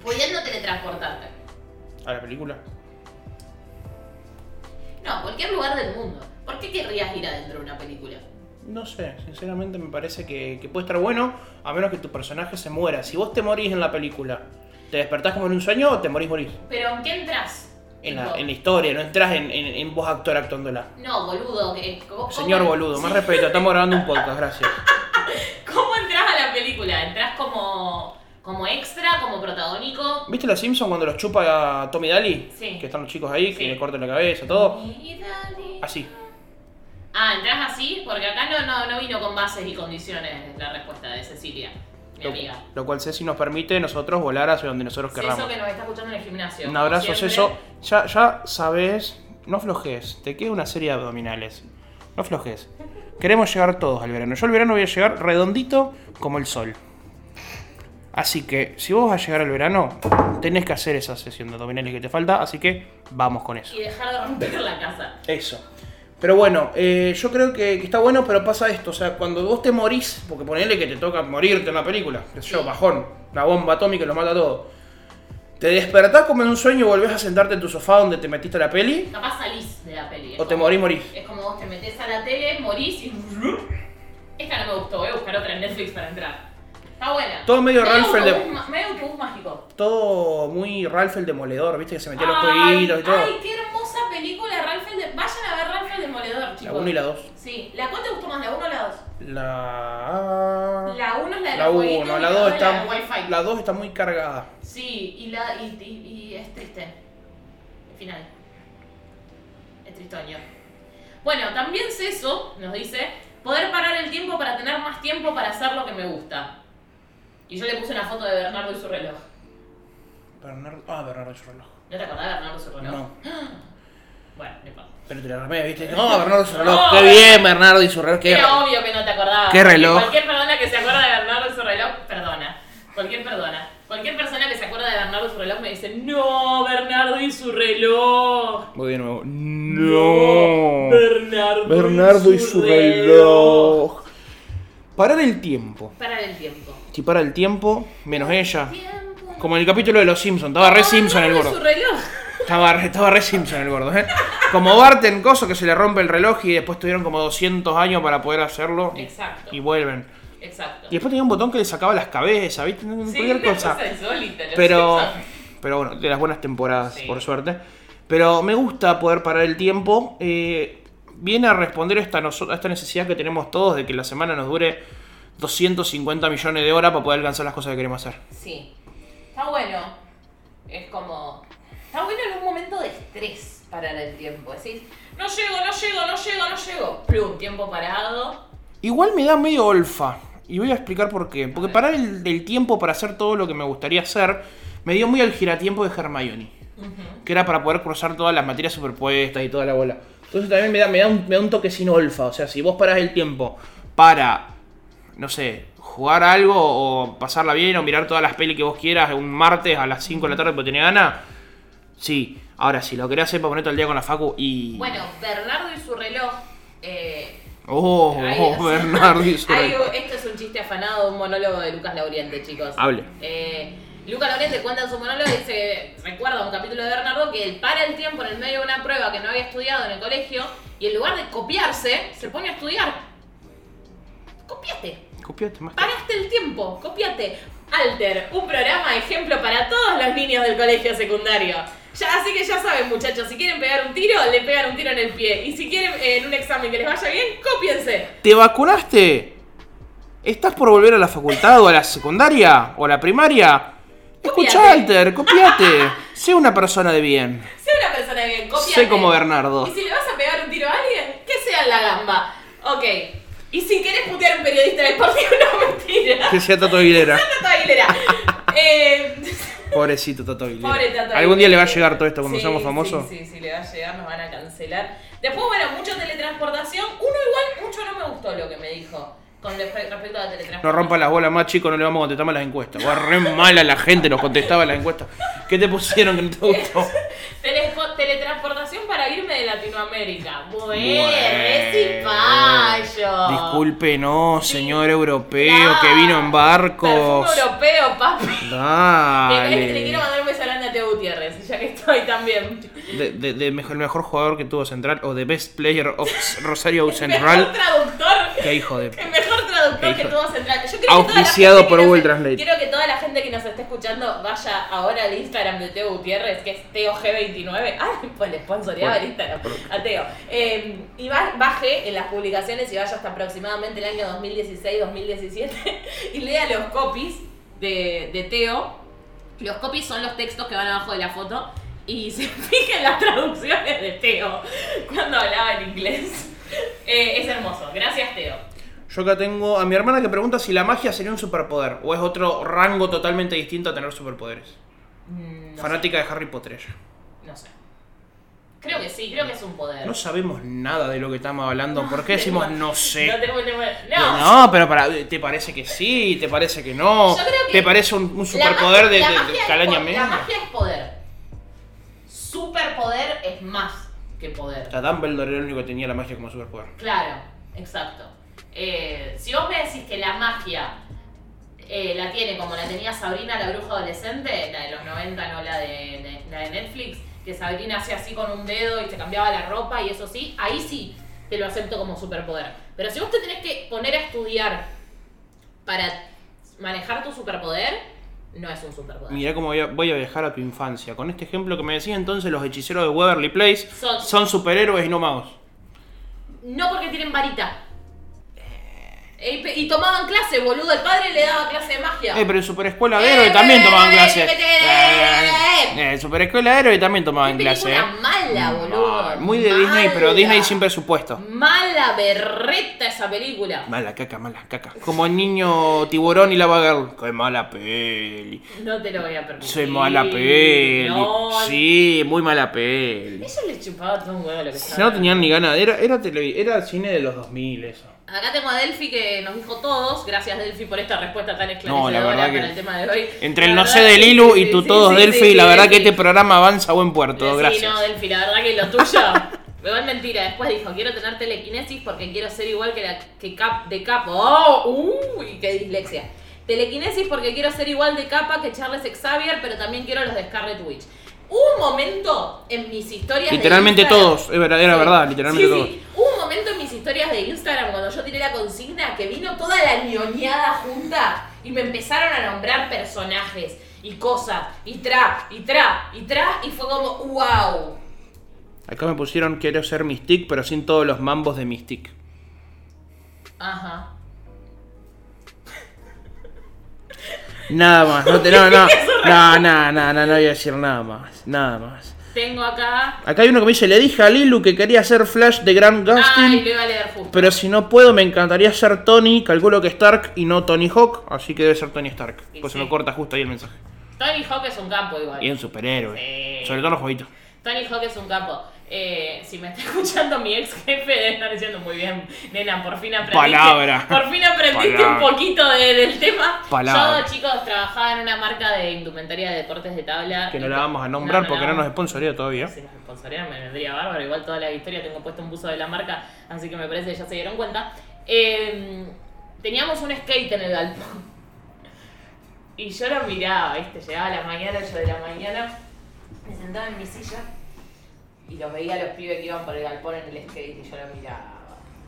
Speaker 2: Pudiendo teletransportarte.
Speaker 1: ¿A la película?
Speaker 2: No, a cualquier lugar del mundo. ¿Por qué querrías ir adentro de una película?
Speaker 1: No sé, sinceramente me parece que, que puede estar bueno a menos que tu personaje se muera. Si vos te morís en la película, ¿te despertás como en un sueño o te morís morís?
Speaker 2: Pero ¿en qué entras?
Speaker 1: en la,
Speaker 2: Tipo,
Speaker 1: en la historia, no entras en, en, en voz actor actuándola.
Speaker 2: No, boludo. que- ¿cómo-
Speaker 1: Señor
Speaker 2: cómo-
Speaker 1: boludo, más respeto, estamos grabando un podcast, gracias.
Speaker 2: ¿Cómo entras a la película? ¿Entras como, como extra, como protagónico?
Speaker 1: ¿Viste los Simpsons cuando los chupa a Tommy Daly?
Speaker 2: Sí.
Speaker 1: Que están los chicos ahí, que
Speaker 2: Sí.
Speaker 1: le cortan la cabeza, todo.
Speaker 2: Así.
Speaker 1: Así.
Speaker 2: Ah, entras así, porque acá no, no, no vino con bases y condiciones la respuesta de Cecilia, mi
Speaker 1: Lo,
Speaker 2: amiga.
Speaker 1: lo cual Ceci nos permite nosotros volar hacia donde nosotros querramos.
Speaker 2: Ceso que nos está escuchando en el gimnasio.
Speaker 1: Un abrazo,
Speaker 2: Siempre.
Speaker 1: Ceso. Ya, ya sabes, no flojes, te queda una serie de abdominales. No flojes. Queremos llegar todos al verano. Yo al verano voy a llegar redondito como el sol. Así que, si vos vas a llegar al verano, tenés que hacer esa sesión de abdominales que te falta, así que vamos con eso.
Speaker 2: Y dejar de romper la casa.
Speaker 1: Eso. Pero bueno, eh, yo creo que, que está bueno, pero pasa esto. O sea, cuando vos te morís, porque ponele que te toca morirte en la película, qué sé yo, bajón, la bomba atómica lo mata todo. Te despertás como en un sueño y volvés a sentarte en tu sofá donde te metiste la peli,
Speaker 2: Capaz salís de la peli. es
Speaker 1: o te
Speaker 2: como-
Speaker 1: morís, morís.
Speaker 2: Es como vos te metés a la tele, morís y... Esta no me gustó, voy a buscar otra en Netflix para entrar. Está buena.
Speaker 1: Todo medio Ralph el de-
Speaker 2: autobús ma- Medio autobús mágico.
Speaker 1: Todo muy Ralph el Demoledor, viste que se metía los
Speaker 2: Ay,
Speaker 1: jueguitos y todo.
Speaker 2: Ay, qué hermosa película, Ralph el de... Vayan a ver Ralph el Demoledor, chicos.
Speaker 1: la 1 y la 2.
Speaker 2: Sí. ¿La cuál te gustó más, la 1 o la 2?
Speaker 1: La.
Speaker 2: La 1 es la de
Speaker 1: La
Speaker 2: los
Speaker 1: 1,
Speaker 2: jueguitos
Speaker 1: la
Speaker 2: y
Speaker 1: 2
Speaker 2: es la
Speaker 1: está.
Speaker 2: de Wi-Fi.
Speaker 1: La 2 está muy cargada.
Speaker 2: Sí, y, la, y, y- y es triste. El final. Es tristoño. Bueno, también Ceso nos dice poder parar el tiempo para tener más tiempo para hacer lo que me gusta. Y yo le puse una foto de Bernardo y su reloj.
Speaker 1: Bernardo. Ah, Bernardo y su reloj.
Speaker 2: ¿No te acordás de Bernardo y su reloj?
Speaker 1: No.
Speaker 2: Bueno, no importa.
Speaker 1: Pero te la armé, viste. No, Bernardo y su reloj.
Speaker 2: No,
Speaker 1: qué bien, Bernardo y su reloj. Qué
Speaker 2: Era obvio que no te acordabas.
Speaker 1: ¿Qué reloj?
Speaker 2: Cualquier persona que se acuerda de Bernardo y su reloj, perdona. Cualquier perdona. Cualquier persona que se acuerda de Bernardo y su reloj me dice, no, Bernardo y su reloj.
Speaker 1: Voy de nuevo. No.
Speaker 2: Bernardo,
Speaker 1: Bernardo y su reloj. Parar el tiempo.
Speaker 2: Parar el tiempo.
Speaker 1: Si para el tiempo, menos ella.
Speaker 2: Tiempo.
Speaker 1: Como en el capítulo de los Simpsons, estaba re Simpson el
Speaker 2: Bernardo y su
Speaker 1: gordo.
Speaker 2: reloj.
Speaker 1: Estaba, re- estaba re Simpson el gordo, ¿eh? Como Bart en Coso que se le rompe el reloj y después tuvieron como 200 años para poder hacerlo. y-
Speaker 2: Exacto.
Speaker 1: Y vuelven.
Speaker 2: Exacto.
Speaker 1: Y después tenía un botón que le sacaba las cabezas, ¿viste? No, no,
Speaker 2: Sí,
Speaker 1: Cualquier
Speaker 2: una
Speaker 1: cosa.
Speaker 2: insólita, los
Speaker 1: Pero,
Speaker 2: Simpsons.
Speaker 1: pero bueno, de las buenas temporadas,
Speaker 2: Sí.
Speaker 1: por suerte. Pero me gusta poder parar el tiempo. eh, viene a responder esta, noso- a esta necesidad que tenemos todos de que la semana nos dure 250 millones de horas para poder alcanzar las cosas que queremos hacer.
Speaker 2: Sí. Está bueno. Es como. Está bueno en un momento de estrés parar el tiempo. Decís, no llego, no llego, no llego, no llego. Plum, tiempo parado.
Speaker 1: Igual me da medio olfa. Y voy a explicar por qué. Porque
Speaker 2: ver.
Speaker 1: parar el, el tiempo para hacer todo lo que me gustaría hacer me dio muy al giratiempo de Hermione. Que era para poder cruzar todas las materias superpuestas y toda la bola. Entonces también me da, me da, un, me da un toque sin olfa. O sea, si vos parás el tiempo para, no sé, jugar a algo o pasarla bien o mirar todas las pelis que vos quieras un martes a las 5 de la tarde porque tenés ganas, sí. Ahora, si lo querés hacer para ponerte al día con la facu y...
Speaker 2: Bueno, Bernardo y su reloj. eh,
Speaker 1: Oh,
Speaker 2: Ay,
Speaker 1: oh,
Speaker 2: Dios.
Speaker 1: Bernardo y su
Speaker 2: Ay,
Speaker 1: reloj.
Speaker 2: esto es un chiste afanado de un monólogo de Lucas Lauriente, chicos.
Speaker 1: Hable.
Speaker 2: Eh, Lucas Lauriente cuenta en su monólogo y dice, recuerda un capítulo de Bernardo que él para el tiempo en el medio de una prueba que no había estudiado en el colegio y en lugar de copiarse, se pone a estudiar. Copiate.
Speaker 1: Copiate más.
Speaker 2: Paraste el tiempo, copiate. Alter, un programa ejemplo para todos los niños del colegio secundario. Ya, así que ya saben, muchachos, si quieren pegar un tiro, le pegan un tiro en el pie. Y si quieren eh, en un examen que les vaya bien, cópiense.
Speaker 1: ¿Te vacunaste? ¿Estás por volver a la facultad o a la secundaria o a la primaria? Escucha,
Speaker 2: Copiate.
Speaker 1: Alter, copiate. Sé una persona de bien.
Speaker 2: Sé una persona bien, copiate.
Speaker 1: Sé como Bernardo.
Speaker 2: Y si le vas a pegar un tiro a alguien, que sea en la gamba. Ok. Y si querés putear a un periodista deportivo, no mentira.
Speaker 1: Que sea Tato Aguilera.
Speaker 2: Tato Aguilera. eh,
Speaker 1: Pobrecito Tato Aguilera.
Speaker 2: pobre Tato Aguilera.
Speaker 1: Algún día le va a llegar todo esto cuando
Speaker 2: Sí,
Speaker 1: seamos famosos.
Speaker 2: Sí, sí, sí, le va a llegar, nos van a cancelar. Después, bueno, mucho teletransportación. Uno igual, mucho no me gustó lo que me dijo con respe- respecto a la teletransportación.
Speaker 1: No rompa las bolas más, chicos, no le vamos a contestar más las encuestas. Vos re mala la gente, nos contestaba las encuestas. ¿Qué te pusieron que no te gustó?
Speaker 2: Telefo- teletransportación para irme de Latinoamérica. Bueno,
Speaker 1: Bueno.
Speaker 2: es payo.
Speaker 1: Discúlpenos, señor europeo
Speaker 2: Ah,
Speaker 1: que vino en barcos.
Speaker 2: Perfume europeo, papi. Le, le quiero
Speaker 1: Dale.
Speaker 2: mandar un beso grande a Teo Gutiérrez, ya que estoy también.
Speaker 1: De, de- de mejor, el mejor jugador que tuvo Central o de Best Player of S- Rosario
Speaker 2: Mejor
Speaker 1: Central.
Speaker 2: traductor.
Speaker 1: Qué hijo de. p-
Speaker 2: El mejor traductor que
Speaker 1: Hijo.
Speaker 2: tuvo Central. Yo creo que toda la gente
Speaker 1: Auspiciado
Speaker 2: que
Speaker 1: por
Speaker 2: nos-
Speaker 1: Google Translate.
Speaker 2: Quiero que toda la gente que nos esté escuchando vaya ahora al Instagram de Teo Gutiérrez, que es TeoG29. Ah, pues le sponsoreaba el Instagram a Teo. Eh, y ba- baje en las publicaciones y vaya hasta aproximadamente el año 2016-2017 y lea los copies de, de Teo. Los copies son los textos que van abajo de la foto y se fijen las traducciones de Teo cuando hablaba en inglés. Eh, es hermoso. Gracias, Teo.
Speaker 1: Yo acá tengo a mi hermana que pregunta si la magia sería un superpoder o es otro rango totalmente distinto a tener superpoderes.
Speaker 2: Mm, No, sé, Eh.
Speaker 1: Fanática de Harry Potter ella.
Speaker 2: no sé. Creo que sí, creo que es un poder.
Speaker 1: No sabemos nada de lo que estamos hablando. ¿Por qué decimos no sé?
Speaker 2: No tengo ninguna- No.
Speaker 1: No, pero para, ¿te parece que sí? ¿Te parece que no?
Speaker 2: Yo creo que
Speaker 1: ¿Te parece un, un
Speaker 2: La
Speaker 1: superpoder
Speaker 2: magia-
Speaker 1: de,
Speaker 2: la
Speaker 1: de- de
Speaker 2: magia es
Speaker 1: calaña
Speaker 2: po-
Speaker 1: media?
Speaker 2: La magia es poder. Superpoder es más que poder.
Speaker 1: A Dumbledore era el único que tenía la magia como superpoder.
Speaker 2: Claro, exacto. Eh, si vos me decís que la magia eh, la tiene como la tenía Sabrina la bruja adolescente, la de los 90, no la de, de- la de Netflix, que Sabrina hacía así con un dedo y se cambiaba la ropa y eso sí, ahí sí te lo acepto como superpoder. Pero si vos te tenés que poner a estudiar para manejar tu superpoder no es un superpoder.
Speaker 1: Mirá cómo voy a, voy a viajar a tu infancia. Con este ejemplo que me decía entonces, los hechiceros de Waverly Place
Speaker 2: Son-
Speaker 1: son, superhéroes y no magos.
Speaker 2: No porque tienen varita. Eh, Y, pe- y tomaban clase, boludo. El padre le daba clase de magia.
Speaker 1: Eh, pero en Superescuela de
Speaker 2: Eh,
Speaker 1: Héroe también
Speaker 2: eh,
Speaker 1: tomaban
Speaker 2: eh,
Speaker 1: clases.
Speaker 2: eh, eh,
Speaker 1: Eh, en Superescuela de Héroe también
Speaker 2: Qué
Speaker 1: tomaban clases.
Speaker 2: película Este mala, boludo.
Speaker 1: Muy de Disney, pero
Speaker 2: Mala.
Speaker 1: Disney sin presupuesto.
Speaker 2: Mala berreta esa película.
Speaker 1: Mala caca, mala caca. Como el niño tiburón y la vaga. Qué mala peli.
Speaker 2: No te lo voy a permitir.
Speaker 1: Soy mala peli.
Speaker 2: No.
Speaker 1: Sí, muy mala peli.
Speaker 2: Ella le chupaba todo un huevo lo que
Speaker 1: Si no
Speaker 2: estaba.
Speaker 1: tenían ni ganas, era, era, tele- era cine de los 2000 eso.
Speaker 2: Acá tengo a Delphi que nos dijo todos. Gracias, Delphi, por esta respuesta tan
Speaker 1: No, la
Speaker 2: esclarecedora
Speaker 1: verdad
Speaker 2: para
Speaker 1: que-
Speaker 2: el tema de hoy.
Speaker 1: Entre
Speaker 2: La
Speaker 1: el no
Speaker 2: verdad
Speaker 1: sé de
Speaker 2: que-
Speaker 1: Lilu
Speaker 2: sí,
Speaker 1: y tú
Speaker 2: sí,
Speaker 1: todos
Speaker 2: sí,
Speaker 1: Delphi,
Speaker 2: sí,
Speaker 1: la
Speaker 2: sí,
Speaker 1: verdad que
Speaker 2: sí.
Speaker 1: este programa avanza a buen puerto, gracias.
Speaker 2: Sí, no, Delphi, la verdad que lo tuyo. Igual mentira, eh. después dijo, quiero tener telequinesis porque quiero ser igual que la que cap, de capo. ¡Oh! ¡Uy! ¡Qué dislexia! Telequinesis porque quiero ser igual de capa que Charles Xavier, pero también quiero los de Scarlet Witch. Hubo un momento en mis historias de
Speaker 1: literalmente
Speaker 2: Instagram-
Speaker 1: todos, es verdad, era
Speaker 2: Sí.
Speaker 1: verdad, literalmente
Speaker 2: Sí,
Speaker 1: todos.
Speaker 2: sí. Hubo un momento en mis historias de Instagram cuando yo tiré la consigna que vino toda la ñoñada junta y me empezaron a nombrar personajes y cosas y tra, y tra, y tra, y fue como wow.
Speaker 1: Acá me pusieron quiero ser Mystic, pero sin todos los mambos de Mystic.
Speaker 2: Ajá.
Speaker 1: Nada más, no te, no, no, no, no, no, no, no voy a decir nada más, nada más.
Speaker 2: Tengo acá.
Speaker 1: Acá hay uno que me dice, le dije a Lilu que quería ser Flash de Grand
Speaker 2: Ay,
Speaker 1: Gustin,
Speaker 2: lo iba a leer justo.
Speaker 1: pero si no puedo me encantaría ser Tony, calculo que Stark y no Tony Hawk, así que debe ser Tony Stark.
Speaker 2: Y
Speaker 1: Pues se
Speaker 2: sí.
Speaker 1: me corta justo ahí el mensaje.
Speaker 2: Tony Hawk es un campo igual.
Speaker 1: Y un superhéroe.
Speaker 2: Sí.
Speaker 1: Sobre todo los jueguitos.
Speaker 2: Tony Hawk es un capo. Eh, si me está escuchando mi ex jefe, debe estar diciendo muy bien, nena, por fin aprendiste.
Speaker 1: Palabra.
Speaker 2: Por fin aprendiste
Speaker 1: Palabra.
Speaker 2: un poquito de- del tema.
Speaker 1: Palabra.
Speaker 2: Yo, chicos, trabajaba en una marca de indumentaria de deportes de tabla.
Speaker 1: Que no
Speaker 2: Y-
Speaker 1: la vamos a nombrar porque
Speaker 2: la
Speaker 1: no nos
Speaker 2: vamos-
Speaker 1: sponsoría todavía.
Speaker 2: Si nos sponsorean me vendría bárbaro. Igual toda la historia tengo puesto un buzo de la marca, así que me parece que ya se dieron cuenta. Eh, teníamos un skate en el galpón. Y yo lo miraba, ¿viste? Llegaba la mañana, yo de la mañana, me sentaba en mi silla y los veía a los pibes que iban por el galpón en el skate y yo lo miraba,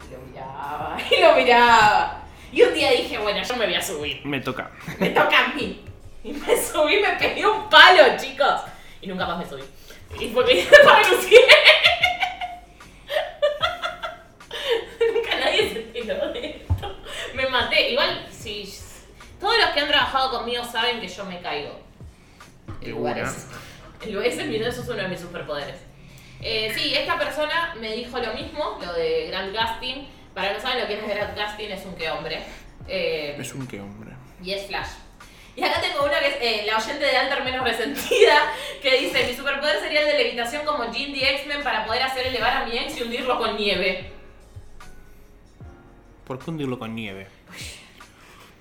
Speaker 2: y lo miraba, y lo miraba. Y un día dije, bueno, yo me voy a subir,
Speaker 1: Me toca.
Speaker 2: me toca a mí. Y me subí, me pegué un palo, chicos. Y nunca más me subí. Y fue que para Nunca nadie se enteró de esto. Me maté. Igual, si. Todos los que han trabajado conmigo saben que yo me caigo. El lugar
Speaker 1: Segura.
Speaker 2: es. El lugar es, eso es uno de mis superpoderes. Eh, sí, esta persona me dijo lo mismo, lo de Grant Gustin. Para no saben lo que es Grant Gustin, es un que hombre. Eh,
Speaker 1: Es un que hombre.
Speaker 2: y es Flash. Y acá tengo una que es eh, la oyente de Alter menos resentida, que dice, mi superpoder sería el de levitación como Jean de X-Men para poder hacer elevar a mi ex y hundirlo con nieve.
Speaker 1: ¿Por qué hundirlo con nieve?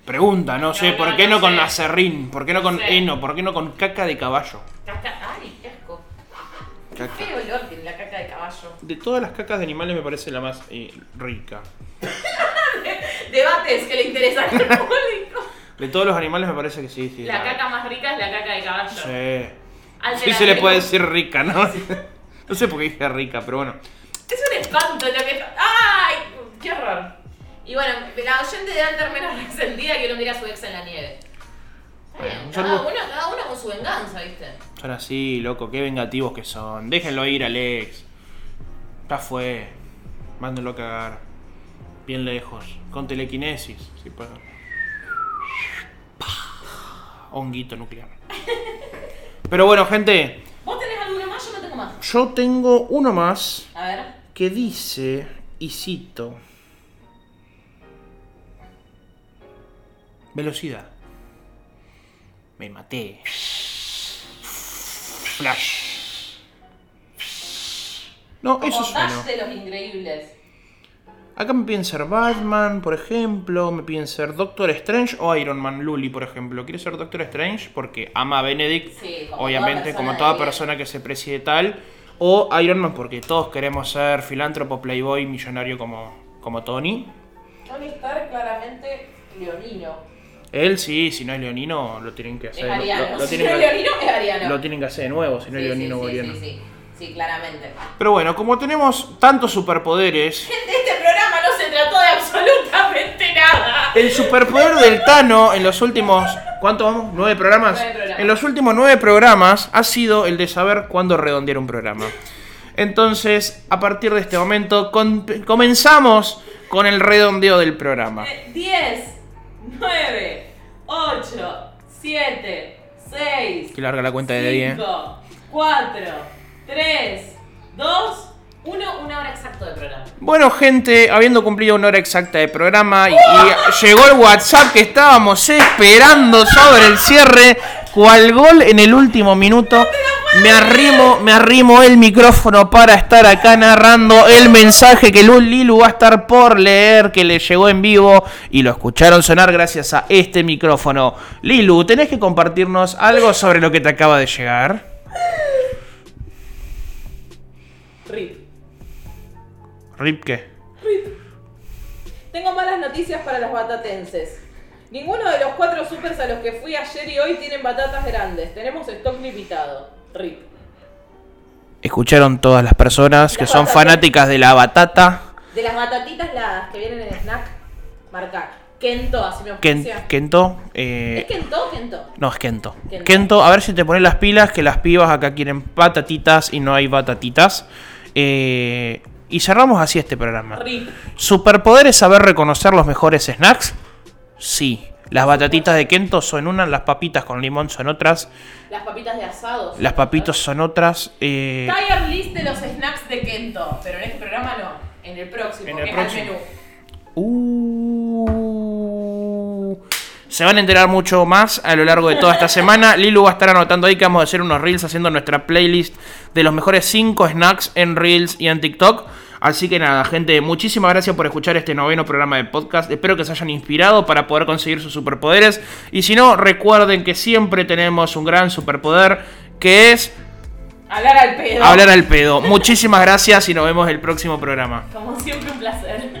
Speaker 1: Pregunta, no sé,
Speaker 2: No,
Speaker 1: ¿por
Speaker 2: no,
Speaker 1: qué
Speaker 2: no
Speaker 1: no, con
Speaker 2: sé.
Speaker 1: acerrín? ¿Por qué no con
Speaker 2: sé.
Speaker 1: heno? ¿Por qué no con caca de caballo?
Speaker 2: Caca, ay, qué asco.
Speaker 1: Caca.
Speaker 2: Qué olor tiene la caca de caballo.
Speaker 1: De todas las cacas de animales me parece la más eh, rica.
Speaker 2: Debates que le interesan al público.
Speaker 1: De todos los animales me parece que sí, sí.
Speaker 2: La caca más rica es la caca de caballo.
Speaker 1: Sí.
Speaker 2: Alter
Speaker 1: Sí se le
Speaker 2: Ego.
Speaker 1: puede decir rica, ¿no? No sé por qué dije rica, pero bueno.
Speaker 2: Es un espanto lo que... ¡Ay! ¡Qué horror! Y bueno, la oyente de Alter menos resentida que uno mira a su ex en la nieve. Está bien,
Speaker 1: Bueno, un
Speaker 2: cada,
Speaker 1: saludo.
Speaker 2: uno, cada uno con su venganza, ¿viste?
Speaker 1: Son así, loco, qué vengativos que son. Déjenlo ir, Alex. Ya fue. Mándenlo a cagar. Bien lejos. Con telequinesis, si puedo. Pah. Honguito nuclear. Pero bueno, gente,
Speaker 2: ¿Vos tenés alguno más? Yo no tengo más.
Speaker 1: yo tengo uno más
Speaker 2: A ver.
Speaker 1: que dice, y cito, velocidad. Me maté. Flash. No, eso
Speaker 2: Como
Speaker 1: es
Speaker 2: Dash
Speaker 1: bueno.
Speaker 2: de los increíbles.
Speaker 1: Acá me piden ser Batman, por ejemplo. Me piden ser Doctor Strange o Iron Man. Luli, por ejemplo. Quiere ser Doctor Strange porque ama a Benedict.
Speaker 2: Sí, como toda
Speaker 1: obviamente,
Speaker 2: persona
Speaker 1: como
Speaker 2: de
Speaker 1: toda
Speaker 2: bien.
Speaker 1: persona que se preside tal. O Iron Man porque todos queremos ser filántropo, playboy, millonario como, como Tony.
Speaker 2: Tony Stark claramente leonino.
Speaker 1: Él sí, si no es leonino, lo tienen que hacer.
Speaker 2: Es
Speaker 1: lo-
Speaker 2: ariano.
Speaker 1: Lo, lo
Speaker 2: Si
Speaker 1: tienen
Speaker 2: no es
Speaker 1: que-
Speaker 2: leonino, es ariano.
Speaker 1: lo tienen que hacer de nuevo, si
Speaker 2: Sí,
Speaker 1: no es
Speaker 2: sí,
Speaker 1: leonino
Speaker 2: sí,
Speaker 1: o
Speaker 2: sí,
Speaker 1: ariano.
Speaker 2: sí. Sí, claramente.
Speaker 1: Pero bueno, como tenemos tantos superpoderes,
Speaker 2: Gente, este programa no se trató de absolutamente nada.
Speaker 1: El superpoder del Tano en los últimos. ¿Cuánto vamos? ¿Nueve programas?
Speaker 2: Nueve programas.
Speaker 1: En los últimos nueve programas ha sido el de saber cuándo redondear un programa. Entonces, a partir de este momento, com- comenzamos con el redondeo del programa.
Speaker 2: Eh, 10, 9, 8, 7, 6,
Speaker 1: Que larga la cuenta de eh. 10.
Speaker 2: 4, 3, 2, 1, una hora exacta de programa.
Speaker 1: Bueno, gente, habiendo cumplido una hora exacta de programa y, y llegó el WhatsApp que estábamos esperando sobre el cierre, cual gol en el último minuto. Me arrimo, me arrimo el micrófono para estar acá narrando el mensaje que Lul Lilu va a estar por leer, que le llegó en vivo y lo escucharon sonar gracias a este micrófono. Lilu, tenés que compartirnos algo sobre lo que te acaba de llegar.
Speaker 4: RIP.
Speaker 1: Rip, ¿qué?
Speaker 4: Tengo malas noticias para los batatenses. Ninguno de los cuatro supers a los que fui ayer y hoy tienen batatas grandes. Tenemos stock limitado. RIP.
Speaker 1: Escucharon todas las personas que son fanáticas de la batata.
Speaker 4: De las batatitas las que vienen en snack, marcar. Kento, así me
Speaker 1: Ken-
Speaker 4: oficia.
Speaker 1: Kento.
Speaker 4: ¿Es
Speaker 1: eh,
Speaker 4: Kento o Kento?
Speaker 1: no, es Kento.
Speaker 4: Kento.
Speaker 1: Kento, a ver si te pones las pilas, que las pibas acá quieren patatitas y no hay batatitas. Eh, y cerramos así este programa.
Speaker 4: RIP.
Speaker 1: ¿Superpoder es saber reconocer los mejores snacks? Sí. Las batatitas de Kento son unas, las papitas con limón son otras,
Speaker 4: Las papitas de asados.
Speaker 1: las papitos son otras. eh,
Speaker 3: Tier list de los snacks de Kento, pero en este programa no. En el próximo,
Speaker 1: En
Speaker 3: en
Speaker 1: el
Speaker 3: el
Speaker 1: próximo.
Speaker 3: menú.
Speaker 1: Uh. Se van a enterar mucho más a lo largo de toda esta semana. Lilu va a estar anotando ahí que vamos a hacer unos reels haciendo nuestra playlist de los mejores 5 snacks en reels y en TikTok. Así que nada, gente, muchísimas gracias por escuchar este noveno programa de podcast. Espero que se hayan inspirado para poder conseguir sus superpoderes. Y si no, recuerden que siempre tenemos un gran superpoder que es
Speaker 3: Hablar al pedo.
Speaker 1: hablar al pedo. Muchísimas gracias y nos vemos el próximo programa.
Speaker 3: Como siempre, un placer.